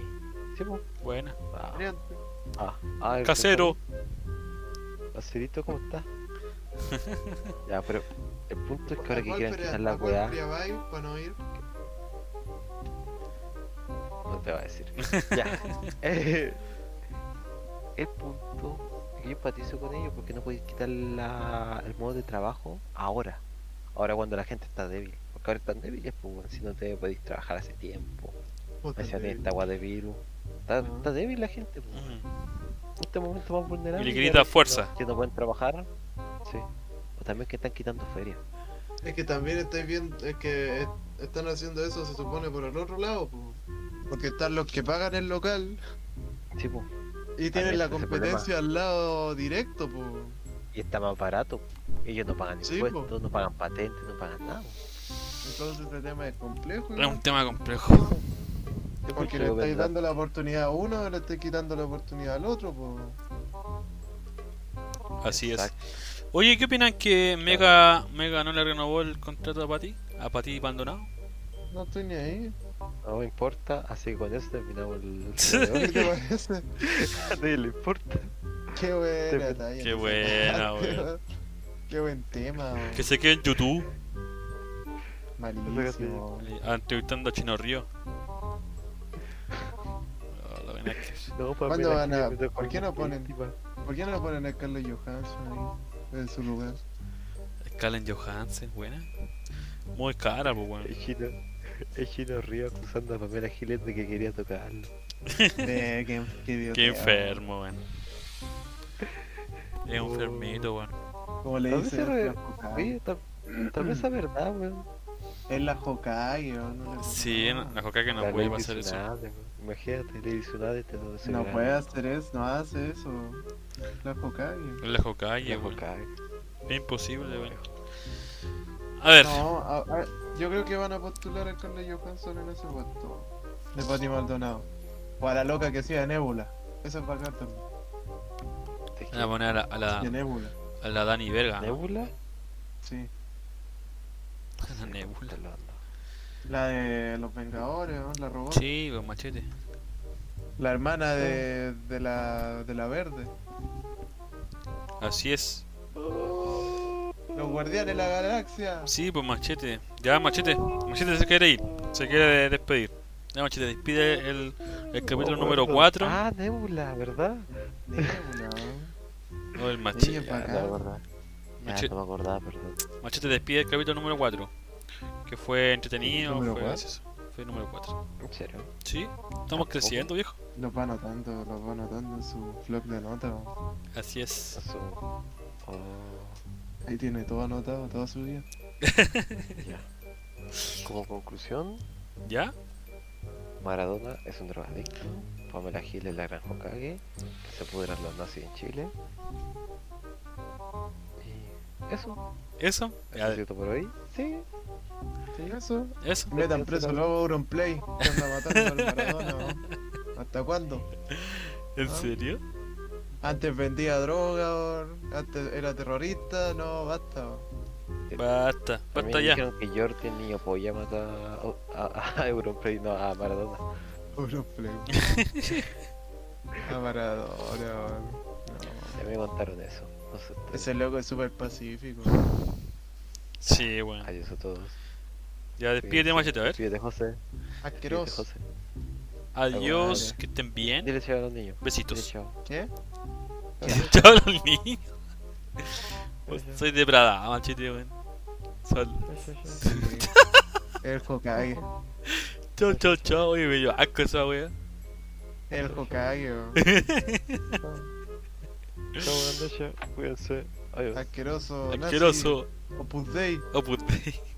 [SPEAKER 3] Sí, pues.
[SPEAKER 1] Buena.
[SPEAKER 3] Ah,
[SPEAKER 2] Mira,
[SPEAKER 3] ah, ah, el-
[SPEAKER 1] Casero.
[SPEAKER 3] Caserito, ¿cómo está? ya, pero el punto es que ahora que
[SPEAKER 2] ¿a cuál
[SPEAKER 3] quieren
[SPEAKER 2] feria-
[SPEAKER 3] quitar
[SPEAKER 2] a
[SPEAKER 3] la
[SPEAKER 2] cuál
[SPEAKER 3] weá,
[SPEAKER 2] feria vais pa' no ir?
[SPEAKER 3] no te va a decir. ya. Eh, el punto es que yo empatizo con ellos porque no podéis quitar la- el modo de trabajo ahora. Ahora cuando la gente está débil. Porque ahora están débiles, pues weón, si no te podéis trabajar hace tiempo.
[SPEAKER 2] Puta,
[SPEAKER 3] Hacia
[SPEAKER 2] te-
[SPEAKER 3] esta agua de virus. Está,
[SPEAKER 2] Ajá.
[SPEAKER 3] está débil la gente, pues.
[SPEAKER 1] Mm.
[SPEAKER 3] en este momento más vulnerable.
[SPEAKER 1] Y le
[SPEAKER 3] ahora
[SPEAKER 1] grita
[SPEAKER 3] que
[SPEAKER 1] fuerza.
[SPEAKER 3] no- Que no pueden trabajar. Sí. O también que están quitando ferias.
[SPEAKER 2] Es que también estáis viendo, es que est- están haciendo eso se supone por el otro lado, po. Porque están los que pagan el local
[SPEAKER 3] Sí, pues.
[SPEAKER 2] y tienen la
[SPEAKER 3] está ese problema.
[SPEAKER 2] competencia al lado directo, po.
[SPEAKER 3] Y está más barato. Ellos no pagan
[SPEAKER 2] Sí,
[SPEAKER 3] impuestos, no pagan patentes, no pagan nada.
[SPEAKER 2] Entonces este tema es complejo.
[SPEAKER 1] Es
[SPEAKER 2] igual,
[SPEAKER 1] un tema complejo.
[SPEAKER 3] Yo
[SPEAKER 2] Porque le
[SPEAKER 3] creo que
[SPEAKER 2] estáis
[SPEAKER 3] vendrá-
[SPEAKER 2] dando la oportunidad a uno, le estáis quitando la oportunidad al otro, po.
[SPEAKER 1] Así es.
[SPEAKER 3] Exacto.
[SPEAKER 1] Oye, ¿qué opinan que Mega, Mega no le renovó el contrato a Pati? ¿A Pati Pandonado?
[SPEAKER 2] No estoy ni ahí.
[SPEAKER 3] No me importa, así que con eso terminamos el.
[SPEAKER 2] ¿Qué te parece?
[SPEAKER 3] A nadie le importa.
[SPEAKER 2] Qué
[SPEAKER 3] Te-
[SPEAKER 2] buena talla.
[SPEAKER 1] Qué buena, weón.
[SPEAKER 2] Qué buen tema, weón.
[SPEAKER 1] Que se quede en YouTube
[SPEAKER 2] Malísimo. weón.
[SPEAKER 1] eh, entrevistando a Chino Río. Ah, la buena es que-
[SPEAKER 3] No, para
[SPEAKER 2] ¿Cuándo van a- por qué no ponen? ¿Por qué no lo ponen a Carlos Johansson ahí? En su lugar.
[SPEAKER 1] Scarlett Johansson, buena. Muy cara, pues, weón.
[SPEAKER 3] El chino, el chino río acusando a Pamela Giles de que quería tocarlo.
[SPEAKER 2] Eh, qué, idiota,
[SPEAKER 1] Qué
[SPEAKER 2] weón.
[SPEAKER 1] enfermo, weón. Es enfermito, weón.
[SPEAKER 2] Como le
[SPEAKER 3] ¿Dónde
[SPEAKER 2] dice.
[SPEAKER 3] se
[SPEAKER 2] Es
[SPEAKER 3] re-
[SPEAKER 2] la Hokage.
[SPEAKER 3] Oye, tal, tal vez es verdad, weón.
[SPEAKER 2] Es la Hokage, weón, no le-
[SPEAKER 1] Sí, no- la coca que no
[SPEAKER 3] La
[SPEAKER 1] puede
[SPEAKER 3] Lady
[SPEAKER 1] pasar eso.
[SPEAKER 3] Tsunade, weón. Imagínate, Lady Tsunade te lo
[SPEAKER 2] No puede hacer eso, no hace eso. La Hokage.
[SPEAKER 1] Es la Hokage,
[SPEAKER 3] hacer
[SPEAKER 1] weón. Es imposible, weón.
[SPEAKER 3] No,
[SPEAKER 1] A ver,
[SPEAKER 2] No, a- a- yo creo que van a postular a Carla Johansson en ese puesto. De Pati Maldonado. O a la loca que sea de Nebula. Eso es bacán también.
[SPEAKER 1] van a poner a la, a la,
[SPEAKER 2] De Nebula.
[SPEAKER 1] a la Dani Verga. Ah, ¿no?
[SPEAKER 3] ¿Nebula?
[SPEAKER 2] Sí.
[SPEAKER 1] A la Nebula.
[SPEAKER 3] Te lo ando.
[SPEAKER 2] La de los Vengadores, ¿no? la robot.
[SPEAKER 1] Sí, weón, machete.
[SPEAKER 2] La hermana de, de la de la verde.
[SPEAKER 1] Así es.
[SPEAKER 2] Los guardianes de la galaxia.
[SPEAKER 1] Sí, pues machete. Ya, machete. Machete se quiere ir. Se quiere de- despedir. Ya, machete, despide el, el capítulo
[SPEAKER 3] Oh,
[SPEAKER 1] número
[SPEAKER 3] weón.
[SPEAKER 1] 4.
[SPEAKER 3] Ah, Nebula, ¿verdad?
[SPEAKER 2] Nebula.
[SPEAKER 1] No, el
[SPEAKER 2] Sí,
[SPEAKER 1] machete.
[SPEAKER 2] es bacán.
[SPEAKER 3] Ah, la verdad. Ya,
[SPEAKER 1] Machi-
[SPEAKER 3] no me acordaba, perdón.
[SPEAKER 1] Machete despide el capítulo número 4. Que fue entretenido,
[SPEAKER 2] ¿Número
[SPEAKER 1] fue
[SPEAKER 2] cuatro?
[SPEAKER 1] gracioso. Fue el número 4.
[SPEAKER 3] ¿En serio?
[SPEAKER 1] Sí, estamos creciendo, viejo.
[SPEAKER 2] Los va anotando, los va anotando en su blog de notas. ¿no?
[SPEAKER 1] Así es.
[SPEAKER 3] Eso. Oh,
[SPEAKER 2] Ahí tiene todo anotado, toda su vida.
[SPEAKER 3] ya. Como conclusión,
[SPEAKER 1] ¿Ya?
[SPEAKER 3] Maradona es un drogadicto. Pamela Gil es la gran Hokage. Que se pudran los nazis en Chile. Y eso.
[SPEAKER 1] ¿Eso?
[SPEAKER 3] Eso
[SPEAKER 1] Ya,
[SPEAKER 3] ha sido todo por hoy. Sí.
[SPEAKER 2] Sí, eso.
[SPEAKER 1] ¿Eso?
[SPEAKER 2] Metan preso a Lobo Auronplay. Que anda matando al Maradona. ¿no? ¿Hasta cuándo?
[SPEAKER 1] ¿En
[SPEAKER 2] Ah.
[SPEAKER 1] serio?
[SPEAKER 2] Antes vendía droga, weón. antes era terrorista. No, basta. weón.
[SPEAKER 1] Basta,
[SPEAKER 3] También
[SPEAKER 1] basta ya.
[SPEAKER 3] dijeron que Jordan ni apoya a matar a, a, a Europlay, no, a Maradona.
[SPEAKER 2] Auronplay. A Maradona. weón. No.
[SPEAKER 3] Ya me contaron eso. No sé,
[SPEAKER 2] Ese loco es súper pacífico.
[SPEAKER 1] Sí, bueno.
[SPEAKER 3] Adiós a todos.
[SPEAKER 1] Ya despídete,
[SPEAKER 3] Cuídense.
[SPEAKER 1] machete, a ver.
[SPEAKER 3] Despídete, José. Despídete,
[SPEAKER 2] Asqueroso.
[SPEAKER 3] José.
[SPEAKER 1] Adiós,
[SPEAKER 2] Vale.
[SPEAKER 1] que estén bien.
[SPEAKER 3] Dile chao a los niños. Dile
[SPEAKER 1] Besitos.
[SPEAKER 3] chao.
[SPEAKER 2] ¿Qué?
[SPEAKER 1] Chao a los niños. 뭐, Soy depradada, machete, weón. Sol.
[SPEAKER 2] Sí. El Hokage.
[SPEAKER 1] Chao, chao, chao. Oye, me dio asco esa wea.
[SPEAKER 2] El Hokage, weón.
[SPEAKER 3] Chao, buenas noches, cuídense. Adiós.
[SPEAKER 2] 어, Asqueroso. nazi,
[SPEAKER 1] Asqueroso.
[SPEAKER 2] Opus Dei.
[SPEAKER 1] Opus Dei.